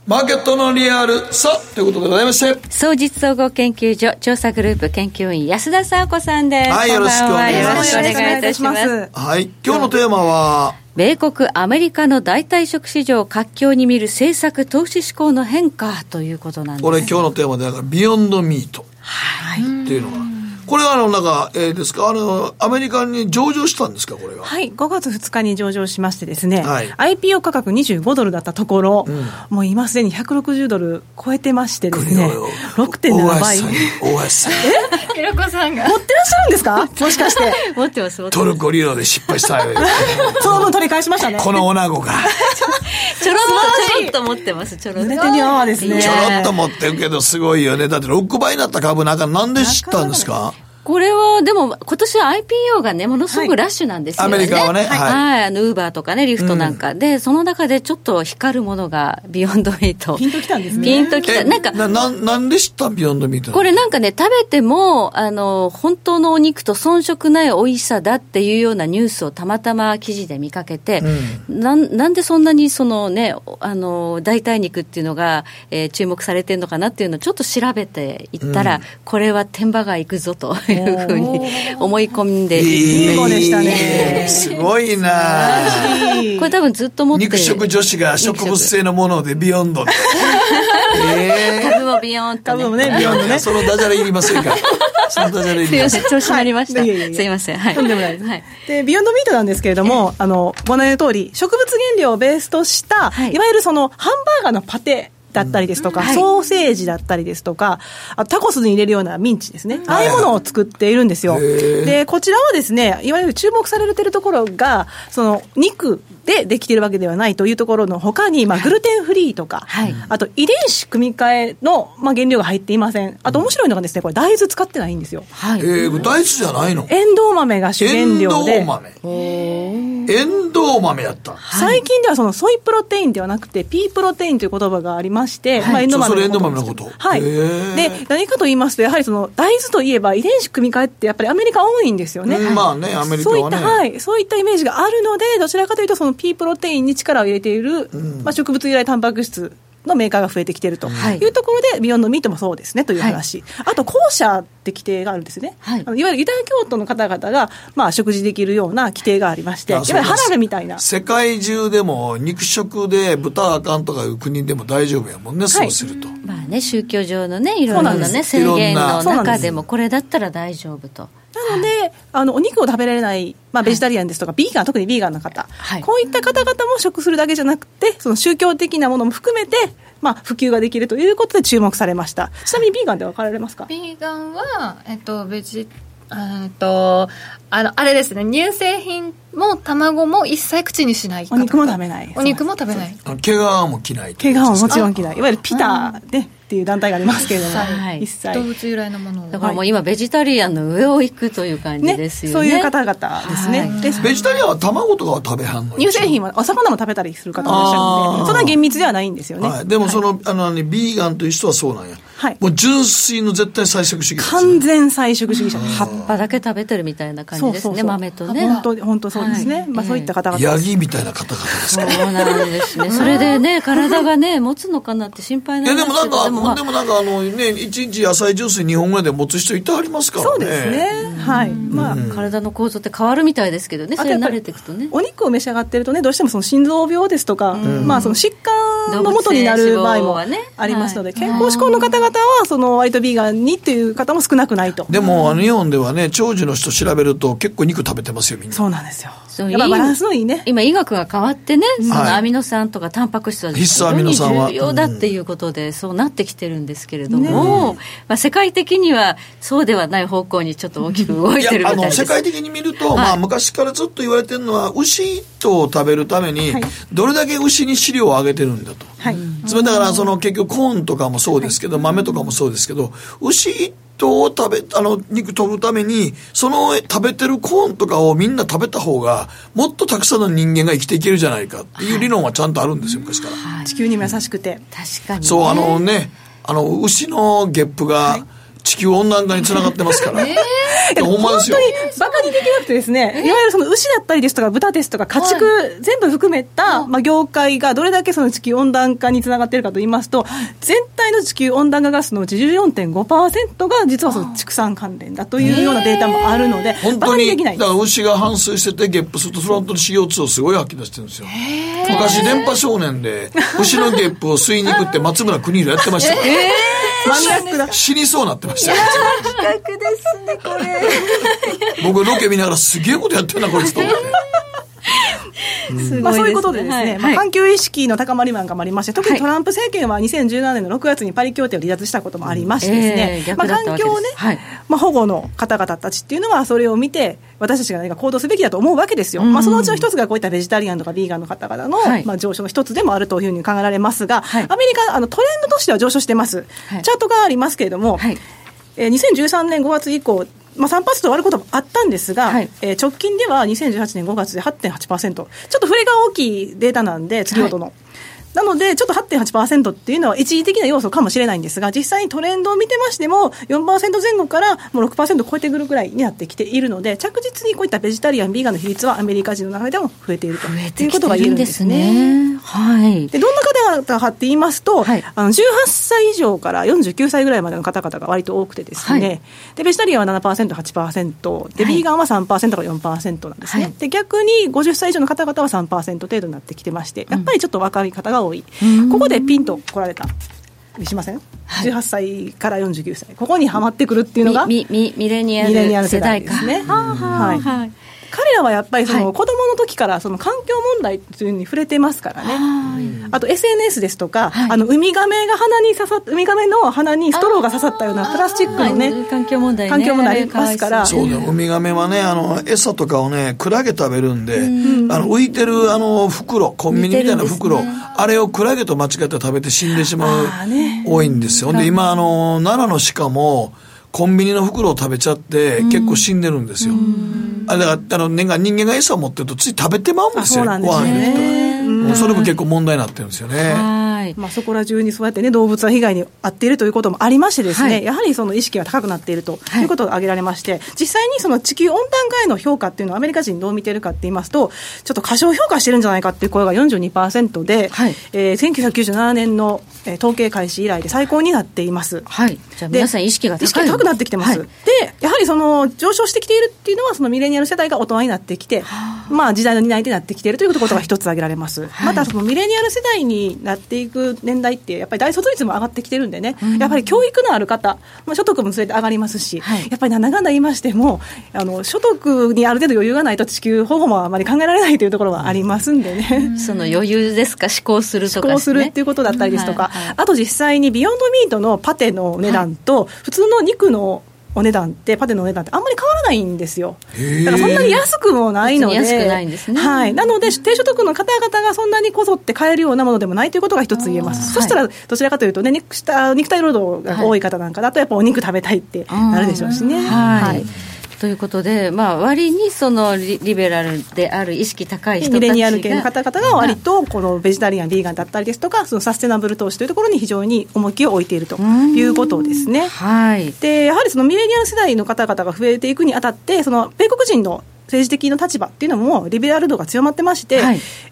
マーケットのリアルさということでございまして、総実総合研究所調査グループ研究員安田沙子さんです。はいこんよばんろしくお願いよろしくお願いいたします。はい、今日のテーマは、米国、アメリカの代替食市場を活況に見る政策投資志向の変化ということなんです。これ今日のテーマでだからビヨンドミートっていうのが、これはあのなんかえーですかあのアメリカに上場したんですかこれが、はい、5月2日に上場しましてですね、はい IPO 価格25ドルだったところ、もう今すでに160ドル超えてましてですね、6.7倍。大橋さんに大橋さんにひろこさんが。持ってらっしゃるんですか (laughs) もしかして。持ってます、持ってトます。ルコリラで失敗したよその分取り返しましたね。この女子がちょろっと、ちょろっと持ってます、ちょろっと。濡れてるようですね。ちょろっと持ってるけどすごいよねだって6倍になった株なんかなんで知ったんですかこれは、でも、今年は IPO がね、ものすごくラッシュなんですよね。はいアメリカはねはいはい。あの、ウーバーとかね、リフトなんかで、その中でちょっと光るものが、ビヨンドミート。ピンときたんですねピンときた。なんか、なななんで知ったんビヨンドミートこれなんかね、食べても、あの、本当のお肉と遜色ない美味しさだっていうようなニュースをたまたま記事で見かけて、なんなんでそんなにそのね、おあの、代替肉っていうのが、えー注目されてるのかなっていうのをちょっと調べていったら、これは天馬が行くぞというふうに思い込んで、いい子でしたねえーすごいなこれ多分ずっと持って肉食女子が植物性のものでビヨンドってえー株もビヨーンと多ね。分ね、ビヨンドね。そのダジャレいりませんかそのダジャレいすいりまませんせん、調子乗りました。はいいえいえいえすいません。はい。とんでもないですはい。で、ビヨンドミートなんですけれども、あの、ご案内の通り、植物原料をベースとした、はいい、わゆるその、ハンバーガーのパテ。だったりですとか、うんはいソーセージだったりですとか、あタコスに入れるようなミンチですね。ああいうものを作っているんですよ。ーで、こちらはですね、いわゆる注目されてるところが、その、肉でできているわけではないというところの他に、まあ、グルテンフリーとか、あと遺伝子組み換えの、まあ、原料が入っていません。あと面白いのがですね、これ大豆使ってないんですよ。えー、具体値じゃないのエンドウ豆が主原料で。エンドウ豆エンドウ豆やった最近ではそのソイプロテインではなくて、ピープロテインという言葉がありまして、はいまあ、エンドウそうそれ豆エンドのウこと豆のことはい。へーで、何かと言いますと、やはりその大豆といえば遺伝子組み換えってやっぱりアメリカ多いんですよね。うんまあねアメリカそういはっねた、はい。そういったイメージがあるので、どちらかというとそのピープロテインに力を入れている、まあ、植物由来タンパク質。のメーカーが増えてきているというところで、ビヨンドミートもそうですねという話、あと後者って規定があるんですね、い、あのいわゆるユダヤ教徒の方々が、まあ、食事できるような規定がありまして、いあわそうゆでるすハラルみたいな、世界中でも肉食で豚あかんとかいう国でも大丈夫やもんね、そうすると。まあね、宗教上のね、いろいろそうななでんね、す制限いろんなのそうなんで中すでも、これだったら大丈夫と。なので、あのお肉を食べられない、まあ、ベジタリアンですとか、ビーガン、特にビーガンの方、こういった方々も食するだけじゃなくて、その宗教的なものも含めて、まあ、普及ができるということで注目されました。ちなみにビーガンで分かられますかビーガンは、えっと、ベジ、えっと、あの、あれですね、乳製品も卵も一切口にしない。お肉も食べない。お肉も食べない。あの毛皮も着ないと。怪我はもちろん嫌い。いわゆるピタで、っていう団体がありますけれども、一切。動物由来のものを。だからもう今、ベジタリアンの上を行くという感じですよね。そういう方々ですね。でベジタリアンは卵とかは食べはんの乳製品は、お魚も食べたりする方もいらっしゃるのあーで、そんな厳密ではないんですよね。はい、でもその、あの、ね、ビーガンという人はそうなんや。はいもう純粋の絶対菜食主義です完全菜食主義者です。葉っぱだけ食べてるみたいな感じですね、そうそうそう豆とね。本当に本当そうですね。はいまあそういった方々。ヤギみたいな方々ですから。そうなんですね。それでね、体がね、持つのかなって心配いやでなもんでなすんけど、か、でもまあでもなんかあのね、一日野菜ジュース2本ぐらいで持つ人いてはりますからね。そうですね。はい。まあ、体の構造って変わるみたいですけどね、あそとれやっにぱ慣りれていくとね。お肉を召し上がってるとね、どうしてもその心臓病ですとか、まあその疾患の元になる場合動物性脂肪もはねありますので、健康志向の方々は、その割とビーガンにっていう方も少なくないと。でも、あの、日本ではね、長寿の人調べると結構肉食べてますよ、みんな。そうなんですよ。そうやっぱバランスのいいね。今医学が変わってね、そはいのアミノ酸とかタンパク質は必須アミノ酸は非常に重要だっていうことで、そうなってきてるんですけれども、まあ世界的にはそうではない方向にちょっと大きく動いてるみたいやあでのす。世界的に見ると、まあ、昔からずっと言われてるのは牛一頭を食べるために、どれだけ牛に飼料をあげてるんだと、はい。つまりだからその結局コーンとかもそうですけど、豆とかもそうですけど牛一頭を食べあの肉飛ぶためにその食べてるコーンとかをみんな食べた方がもっとたくさんの人間が生きていけるじゃないかっていう理論はちゃんとあるんですよ昔から。地球にも優しくて。確かに、そうあのねあの牛のゲップが地球温暖化につながってます (laughs) から。いやほんま本ですよ当にバカにできなくてですね、いわゆるその牛だったりですとか、豚ですとか、家畜、全部含めた、まあ、業界がどれだけその地球温暖化につながっているかと言いますと、全体の地球温暖化ガスのうち14.5%が実はその畜産関連だというようなデータもあるので、本バ当カににできないだから牛が反芻しててゲップするとそれは本当に CO2 をすごい吐き出してるんですよ昔電波少年で牛のゲップを吸いに行くって松村邦弘やってましたよマニアックだ。死にそうなってましたよ企画ですね、これ。僕ロケ見ながらすげえことやってるなこいつと思ってまあ、そういうことでですね、はいまあ、環境意識の高まりなんかもありまして、特にトランプ政権は2017年の6月にパリ協定を離脱したこともありましてですね、えーま逆あ、だった環わけ境ですをね、はいまあ、保護の方々たちっていうのは、それを見て、私たちが何か行動すべきだと思うわけですよ。うんまあ、そのうちの一つがこういったベジタリアンとかビーガンの方々の、はいまあ、上昇の一つでもあるというふうに考えられますが、アメリカ、あの、トレンドとしては上昇してます。はいチャートがありますけれども、えー2013年5月以降、まあ、3%と終わることもあったんですが、えー直近では2018年5月で8.8%、ちょっと触れが大きいデータなんで、月ごとの。なので、ちょっと8.8%っていうのは一時的な要素かもしれないんですが、実際にトレンドを見てましても、4%前後からもう6%超えてくるくらいになってきているので、着実にこういったベジタリアン、ビーガンの比率はアメリカ人の中でも増えているということが言えるんですね。はい。でどんな方々かって言いますと、あの18歳以上から49歳ぐらいまでの方々が割と多くてですね、でベジタリアンは7%、8%、で、ビーガンは3%から4%なんですね、で逆に50歳以上の方々は3%程度になってきてまして、やっぱりちょっと若い方が多い、ここでピンと来られた。しません、18歳から49歳ここにはまってくるっていうのがミミミミレニアミレニアルル世世代代かですね。はあはあはい彼らはやっぱりその子供の時からその環境問題というのに触れてますからねあと SNS ですとか、あのウミガメが鼻に刺さウミガメの鼻にストローが刺さったようなプラスチックのね環境問題ね環境問題ありますからそうだウミガメはねあの餌とかをねクラゲ食べるんで、あの浮いてるあの袋コンビニみたいな袋、あれをクラゲと間違って食べて死んでしまう、多いんですよで今あの奈良の鹿もコンビニの袋を食べちゃって結構死んでるんですよ、あれだからあの人間が餌持ってるとつい食べてまうんですよあそうなんでごす飯ねにとかもうそれも結構問題になってるんですよね、まあ、そこら中にそうやって、ね、動物は被害に遭っているということもありましてですね、はいやはりその意識が高くなっているということが挙げられまして、実際にその地球温暖化への評価っていうのをアメリカ人どう見てるかって言いますとちょっと過小評価してるんじゃないかっていう声が42%で、えー1997年の、えー統計開始以来で最高になっています。はい、じゃあで皆さん意識が高い意識が高くなってきてます、はいでやはりその上昇してきているっていうのはそのミレニアル世代が大人になってきて、まあ、時代の担い手になってきているということが一つ挙げられます、またそのミレニアル世代になっていく年代ってやっぱり大卒率も上がってきてるんでね、やっぱり教育のある方、まあ、所得もそれで上がりますし、やっぱりなんだかんだ言いましてもあの所得にある程度余裕がないと地球保護もあまり考えられないというところはありますんでね、その余裕ですか、思考するとか、ね、こうするっていうことだったりですとか、あと実際にビヨンドミートのパテのお値段と、普通の肉のお値段って、パテのお値段ってあんまり変わらないんですよ。へーだからそんなに安くもないので、別に安くないんですねはい、なので、低所得の方々がそんなにこぞって買えるようなものでもないということが一つ言えます、そしたらどちらかというとね、肉した肉体労働が多い方なんかだと、やっぱお肉食べたいってなるでしょうしね。はいはいということで、まあ、割にそのリリベラルである意識高い人たちがミレニアル系の方々が割とこのベジタリアン、ビーガンだったりですとか、そのサステナブル投資というところに非常に重きを置いているということですね。はい、でやはりそのミレニアル世代の方々が増えていくにあたって、その米国人の政治的な立場っていうのももうリベラル度が強まってまして、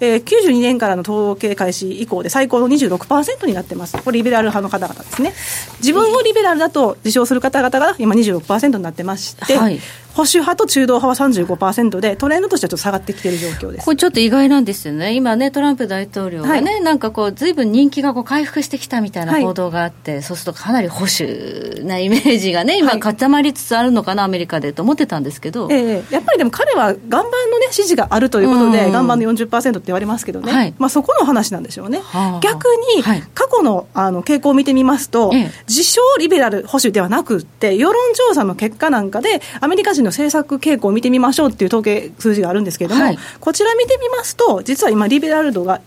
えー92年からの統計開始以降で最高の26%になってます、これ、リベラル派の方々ですね、自分をリベラルだと自称する方々が今、26%になってまして、はい保守派と中道派は35%で、トレンドとしてはちょっと下がってきている状況です。これちょっと意外なんですよね、今ね、トランプ大統領がね、はなんかこう、ずいぶん人気がこう回復してきたみたいなはい報道があって、そうするとかなり保守なイメージがね、今、固まりつつあるのかな、アメリカでと思ってたんですけど、ええやっぱりでも彼は岩盤の、ね、支持があるということで、うん岩盤の40%って言われますけどね、はいまあ、そこの話なんでしょうね、はあ逆に過去のあの傾向を見てみますと、ええ自称リベラル保守ではなくって、世論調査の結果なんかで、アメリカ人の政策傾向を見てみましょうっていう統計数字があるんですけれども、はいこちら見てみますと、実は今、リベラル度が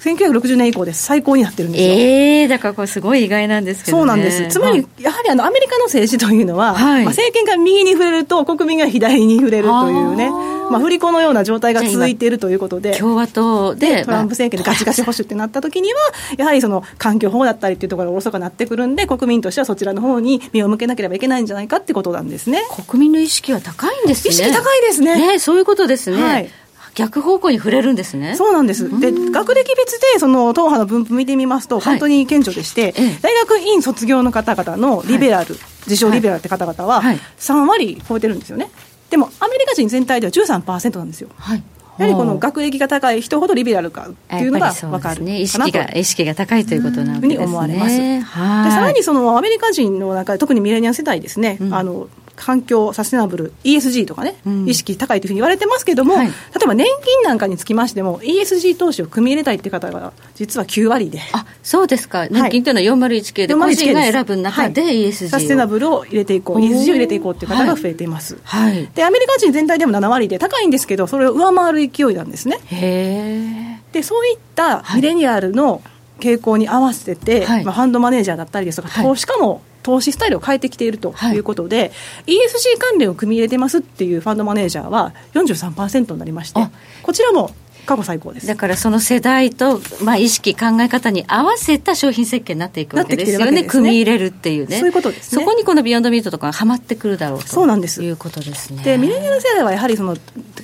1960年以降で最高になってるんですよ。ええだからこれ、すごい意外なんですけどね。そうなんです、つまり、やはりあのアメリカの政治というのは、はいまあ、政権が右に触れると、国民が左に触れるというね、まあ、振り子のような状態が続いているということで。共和党で、トランプ政権でガチガチ保守ってなった時には、やはりその環境保護だったりっていうところがおろそかになってくるんで、国民としてはそちらの方に目を向けなければいけないんじゃないかってことなんですね。国民の意識は高いんですね。意識高いですねそういうことですね。はい逆方向に触れるんですね。そうなんです。で、学歴別で、その、党派の分布見てみますと、本当に顕著でして、大学院卒業の方々のリベラル、自称リベラルって方々は、3割超えてるんですよね。でも、アメリカ人全体では13%なんですよ。やはりこの学歴が高い人ほどリベラルかっていうのやっぱがりそう分でかるすかなね。意識と。が、意識が高いということなわふうけでにすね。思われます。はでいさらにそのアメリカ人の中で特にミレニアル世代ですね、あの環境サステナブル ESG とかね、意識高いというふうに言われてますけども、例えば年金なんかにつきましても ESG 投資を組み入れたいっていう方が実は9割で。あそうですか、年金というのは401系で、個人が選ぶ中で ESG を、サステナブルを入れていこう、おー ESG を入れていこうっていう方が増えています。はい、でアメリカ人全体でも7割で高いんですけどそれを上回る勢いなんですねへえでそういったミレニアルの傾向に合わせて、はいまあ、ファンドマネージャーだったりですとか、投資家も投資スタイルを変えてきているということで、ESG 関連を組み入れてますっていうファンドマネージャーは43%になりましてこちらも過去最高ですだからその世代と、まあ、意識、考え方に合わせた商品設計になっていくわけですよなってきてね、るわけですね組み入れるっていうね、そういうことですねそこにこのビヨンドミートとかがはまってくるだろうとそうなんですいうことですね。でミレニアル世代はやはりその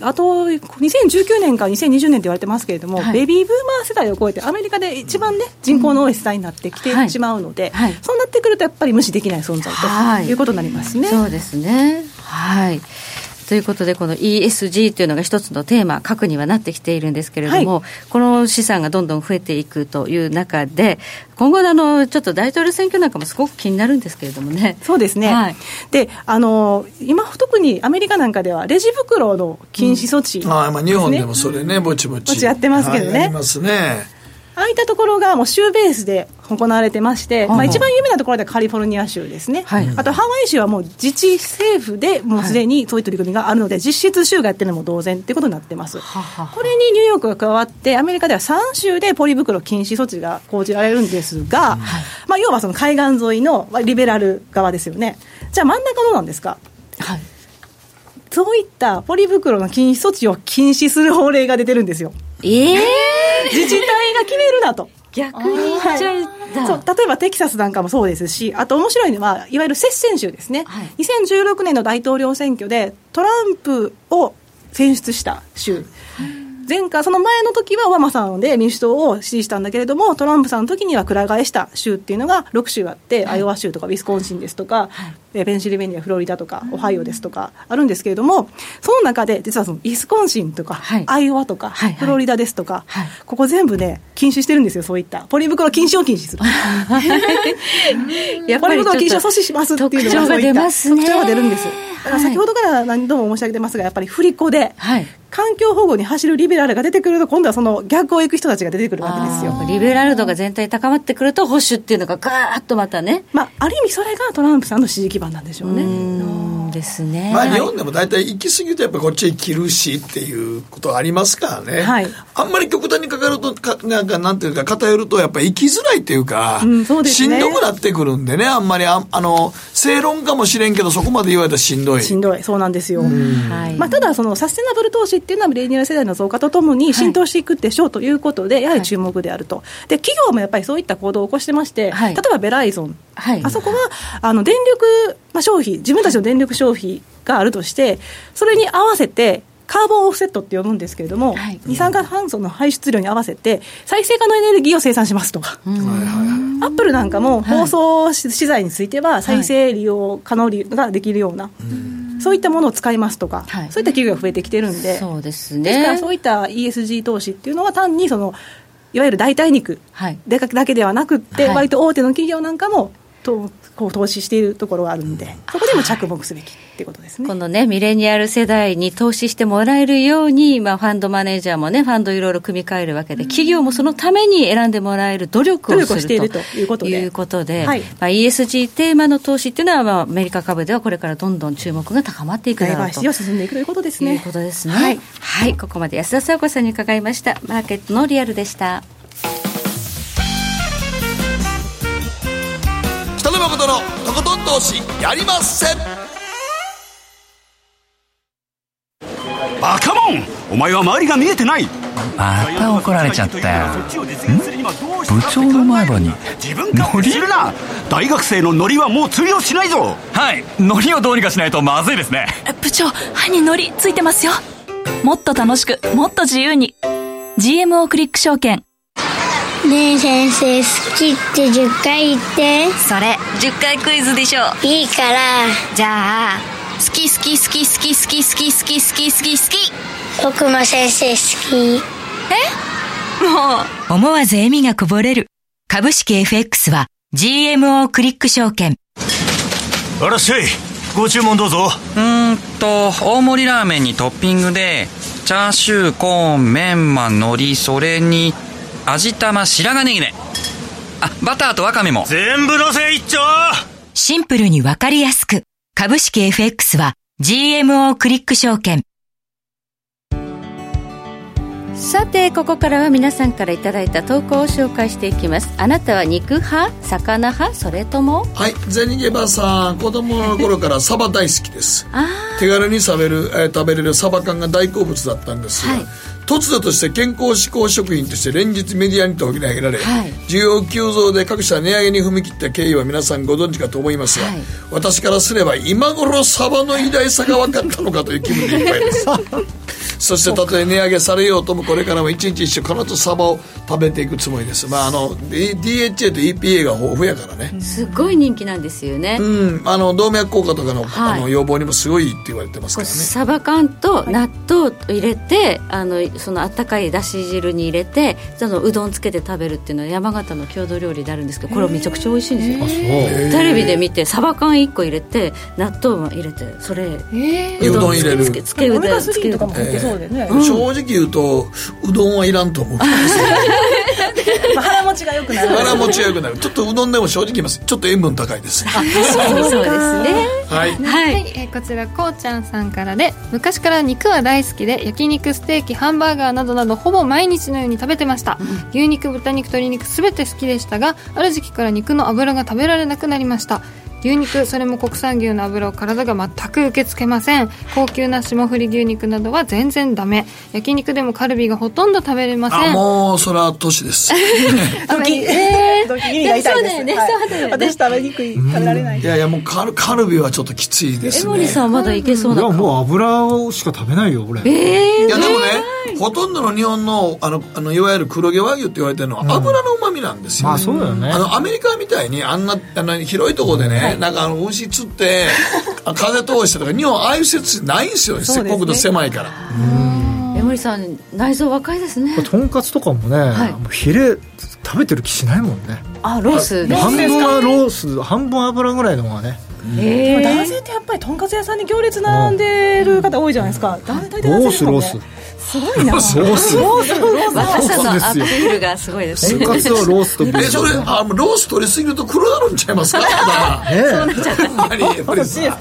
あと2019年から2020年と言われてますけれども、はいベビーブーマー世代を超えてアメリカで一番、ね、人口の多い世代になってきはていしまうので、はいそうなってくるとやっぱり無視できない存在ということになりますね。そうですね。はい。ということでこの ESG というのが一つのテーマ核にはなってきているんですけれども、はい、この資産がどんどん増えていくという中で今後あのちょっと大統領選挙なんかもすごく気になるんですけれどもねそうですね、はい、であの今特にアメリカなんかではレジ袋の禁止措置、ねうん、あまあ日本でもそれねぼちぼちぼちやってますけどね、はい、ますねああいったところがもう州ベースで行われてまして、まあ、一番有名なところでカリフォルニア州ですね、はい、あとハワイ州はもう自治政府でもうすでにそういう取り組みがあるので、実質州がやってるのも同然ということになってます、これにニューヨークが加わって、アメリカでは3州でポリ袋禁止措置が講じられるんですが、まあ、要はその海岸沿いのリベラル側ですよね、じゃあ真ん中どうなんですか。はいそういったポリ袋の禁止措置を禁止する法令が出てるんですよ。ええー、自治体が決めるなと。逆に言っちゃう、はい、そう例えばテキサスなんかもそうですしあと面白いのはいわゆる接戦州ですね、はい、2016年の大統領選挙でトランプを選出した州、はい、前回その前の時はオバマさんで民主党を支持したんだけれどもトランプさんの時にはくら替えした州っていうのが6州あって、アイオワ州とかウィスコンシンですとか、ペンシルベニアフロリダとかオハイオですとかあるんですけれどもその中で実はそのウィスコンシンとか、アイオワとか、フロリダですとか、ここ全部ね禁止してるんですよそういったポリ袋禁止を禁止する (laughs) ポリ袋禁止を阻止しますっていうのがそういった特徴が出るんですだから先ほどから何度も申し上げてますがやっぱり振り子で、はい環境保護に走るリベラルが出てくると、今度はその逆を行く人たちが出てくるわけですよ。リベラル度が全体高まってくると、保守っていうのがガーッとまたね。まあ、ある意味それがトランプさんの支持基盤なんでしょうね。うですね。まあ、日本でも大体行き過ぎると、やっぱこっちへ切るしっていうことはありますからね。はい、あんまり極端にかかると、かなんか、なんていうか、偏ると、やっぱ行きづらいっていうか、うんうね、しんどくなってくるんでね、あんまりあ、あの、正論かもしれんけど、そこまで言われたらしんどい。しんどい。そうなんですよ。はい、まあ、ただ、その、サステナブル投資っていうのはミレニアル世代の増加とともに浸透していくでしょうということで、やはり注目であると、で企業もやっぱりそういった行動を起こしてまして、例えばベライゾン、あそこはあの電力、まあ、消費、自分たちの電力消費があるとして、それに合わせて、カーボンオフセットって呼ぶんですけれども、二酸化炭素の排出量に合わせて、再生可能エネルギーを生産しますとか、アップルなんかも包装資材については、再生利用可能ができるような。そういったものを使いますとか、はい、そういった企業が増えてきてるんで、そうですね。ですからそういった ESG 投資っていうのは単にそのいわゆる代替肉でか、はい、だけではなくって、はい、割と大手の企業なんかもとこう投資しているところがあるんで、そこでも着目すべきってことですね。このねミレニアル世代に投資してもらえるように、まあファンドマネージャーもねファンドいろいろ組み替えるわけで、うん、企業もそのために選んでもらえる努力をしているということで、いうことで、はい、まあ ESG テーマの投資っていうのは、まあアメリカ株ではこれからどんどん注目が高まっていくだろうと。を進んでいくということですね。いうことですね。はい、はい、ここまで安田沙子さんに伺いました。マーケットのリアルでした。北野誠のとことん投資やりませんバカモンお前は周りが見えてないまた怒られちゃったよ部長の前歯に自分ノリするな大学生のノリはもう通用しないぞはいノリをどうにかしないとまずいですね部長歯にノリついてますよもっと楽しくもっと自由に GMO クリック証券ねえ先生好きって10回言ってそれ10回クイズでしょいいからじゃあ好き好き好き好き好き好き好き好き好き好き僕も先生好きえうも思わず笑みがこぼれる株式 FX は GMO クリック証券あらっしゃいご注文どうぞうーんと大盛りラーメンにトッピングでチャーシューコーンメンマ海苔それに味玉白髪ネギねあバターとわかめも全部のせい一丁シンプルにわかりやすく株式 FX は GMO クリック証券さてここからは皆さんからいただいた投稿を紹介していきますあなたは肉派魚派それともはいゼニゲバさん子供の頃からサバ大好きです手軽に食べる、えー、食べれるサバ缶が大好物だったんですよ、はい突如として健康志向食品として連日メディアに取り上げられ、はい、需要急増で各社値上げに踏み切った経緯は皆さんご存知かと思いますが、はい、 (laughs) 私からすれば今頃サバの偉大さが分かったのかという気分でいっぱいですそしてたとえ値上げされようともこれからも一日一食必ずサバを食べていくつもりですまああの D- DHA と EPA が豊富やからねすごい人気なんですよね、うんあの動脈硬化とかの,、はいあの予防にもすごいいいって言われてますからねサバ缶と納豆を入れて、あのそのあったかいだし汁に入れてそのうどんつけて食べるっていうのは山形の郷土料理であるんですけどこれめちゃくちゃ美味しいんですよ、へーテレビで見てサバ缶1個入れて納豆も入れてそれ、うどん入れるつけつけうどんつけ (laughs) うどんえー正直言うとうどんはいらんと (laughs) 思う (laughs) まあ腹持ちが良くなる腹持ちが良くなるちょっとうどんでも正直言いますちょっと塩分高いですそうですねはいはい、えーこちらこうちゃんさんからで昔から肉は大好きで焼肉ステーキハンバーガーなどなどほぼ毎日のように食べてました、牛肉豚肉鶏肉すべて好きでしたがある時期から肉の油が食べられなくなりました牛肉それも国産牛の油を体が全く受け付けません高級な霜降り牛肉などは全然ダメ焼肉でもカルビがほとんど食べれませんあもうそれは年ですドキドキ耳が痛いですそうだよねはいそうだよね私食べにくい食べられないいやいやもうカルカルビはちょっときついですねんまだいけそういやもう油をしか食べないよ俺いやでもねほとんどの日本のあのあのいわゆる黒毛和牛って言われてるのは油のうまみなんですよ、まあそうだよねあのアメリカみたいにあんなあの広いところでね、なんかあの牛釣ってあ風通してとか日本ああいう施設ないんですよそうですね国土狭いから江森さん内臓若いですねとんかつとかもね、もうヒレ食べてる気しないもんねあロース半分はロース半分油ぐらいの方がねでも男性ってやっぱりとんかつ屋さんに行列並んでる方多いじゃないですかだ大体ロ男ース性ローもねスすごいなロースロースロースロース若さのそうですアピよールがすごいですとんかつはロースとビーフえそれあもうロース取りすぎると黒なるんちゃいますかそうなっちゃったやっぱりやっぱりさ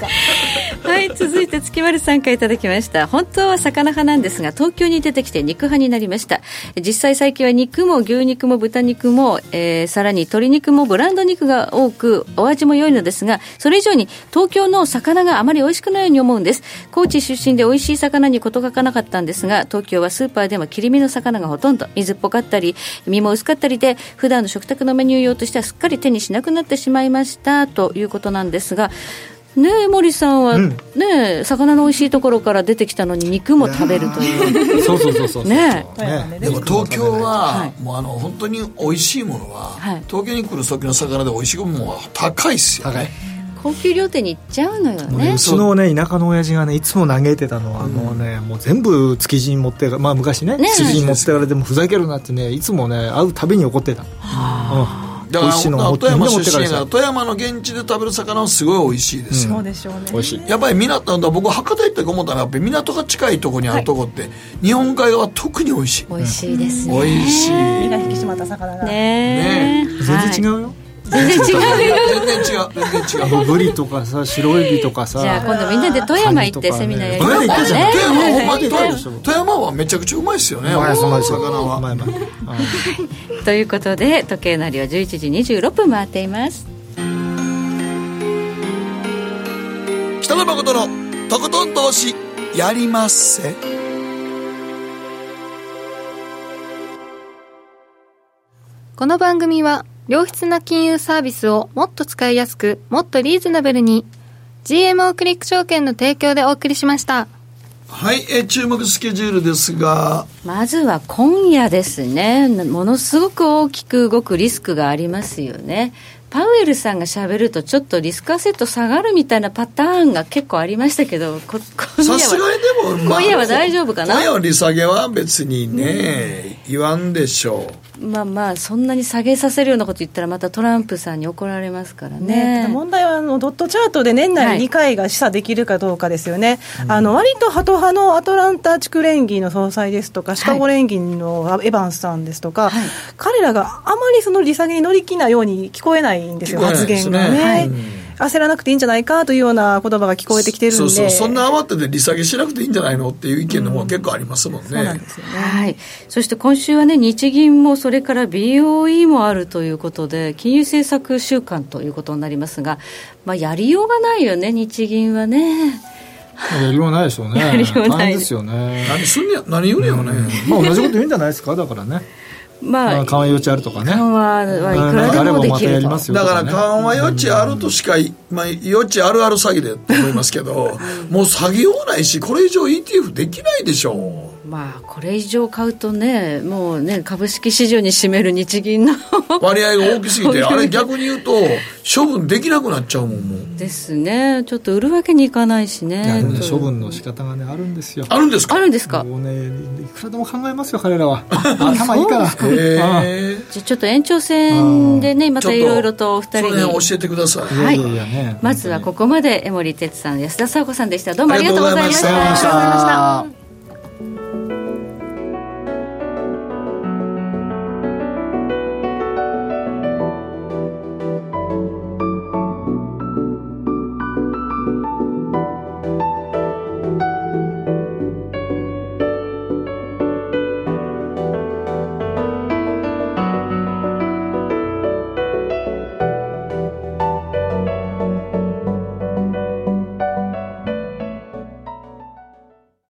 はい続いて月丸さんからいただきました本当は魚派なんですが東京に出てきて肉派になりました実際最近は肉も牛肉も豚肉も、えーさらに鶏肉もブランド肉が多くお味も良いのですがそれ以上に東京の魚があまり美味しくないように思うんです高知出身で美味しい魚に事欠かなかったんですが東京はスーパーでも切り身の魚がほとんど水っぽかったり身も薄かったりで普段の食卓のメニュー用としてはすっかり手にしなくなってしまいましたということなんですがねえ森さんは、うんねえ魚の美味しいところから出てきたのに肉も食べるというそうそうそうそうねえでも東京は、もうあの本当に美味しいものは、東京に来る時の魚で美味しいものは高いっすよね高級料亭に行っちゃうのよもうねねうちのね田舎の親父がねいつも嘆いてたのは、もうねもう全部築地に持ってかまあ昔ねね築地に持ってかれてもうふざけるなってねいつもね会うたびに怒ってた、うん、だから持っ富て山みんな持って出か身やれてかたら富山の現地で食べる魚はすごい美味しいですよ、でしょうね美味しいやっぱり港だ僕博多行って思ったらやっぱり港が近いところにあるとこって、日本海側は特に美味しい美味しいですね美味しい身が引き締まった魚がねえ全然違うよ、全然違うよ全然違う全然あ違うのブリとかさ (laughs) 白エビとかさじゃあ今度みんなで富山行ってカニとかねセミナーやりこのまし間行ったたじゃんね富山はほんまにね富山富山はめちゃくちゃうまいですよねうまいですうまいです魚はということで時計なりは11時26分回っています北野誠のとことん投資やりまっせこの番組は良質な金融サービスをもっと使いやすくもっとリーズナブルに GMO クリック証券の提供でお送りしましたはい、えー注目スケジュールですがまずは今夜ですねものすごく大きく動くリスクがありますよねパウエルさんがしゃべるとちょっとリスクアセット下がるみたいなパターンが結構ありましたけどこ今夜さはすがにでも、まあ今夜は大丈夫かな今夜の利下げは別にね、言わんでしょまあまあそんなに下げさせるようなこと言ったらまたトランプさんに怒られますからね、たねだ問題はあのドットチャートで年は内い2回が示唆できるかどうかですよね、あの割とハト派のアトランタ地区連議の総裁ですとか、シカゴ連議のエヴァンスさんですとか、彼らがあまりその利下げに乗り気なように聞こえないんですよ、聞こえない発です言ねがね。はい焦らなくていいんじゃないかというような言葉が聞こえてきてうるんで、そうそうそんな慌てて利下げしなくていいんじゃないのっていう意見の方が結構ありますもんね、はい、そして今週はね、日銀もそれから BOE もあるということで、金融政策週間ということになりますが、まあ、やりようがないよね、日銀はね。やりようないでしょうね (laughs) やりようない大変ですよね何すんや何言うねやろね、まあ同じこと言うんじゃないですかだからねまあ、緩和余地あるとかね緩和はいくらでもできると、だから緩和余地あるとしかい、まあ、余地あるある詐欺でと思いますけどもう詐欺ようないしこれ以上 ETF できないでしょうまあこれ以上買うとねもうね株式市場に占める日銀の割合が大きす (laughs) ぎてあれ逆に言うと処分できなくなっちゃうもんもうですねちょっと売るわけにいかないしいやねでもねと処分の仕方がねあるんですよあるんですあるんですかもうねいくらでも考えますよ彼らは頭いいからそうですかへじゃあちょっと延長戦でねまたいろいろとお二そ人のに辺教えてください、はいいやいやまずはここまで江森哲さん安田佐和子さんでしたどうもありがとうございましたありがとうございましたありがとうございました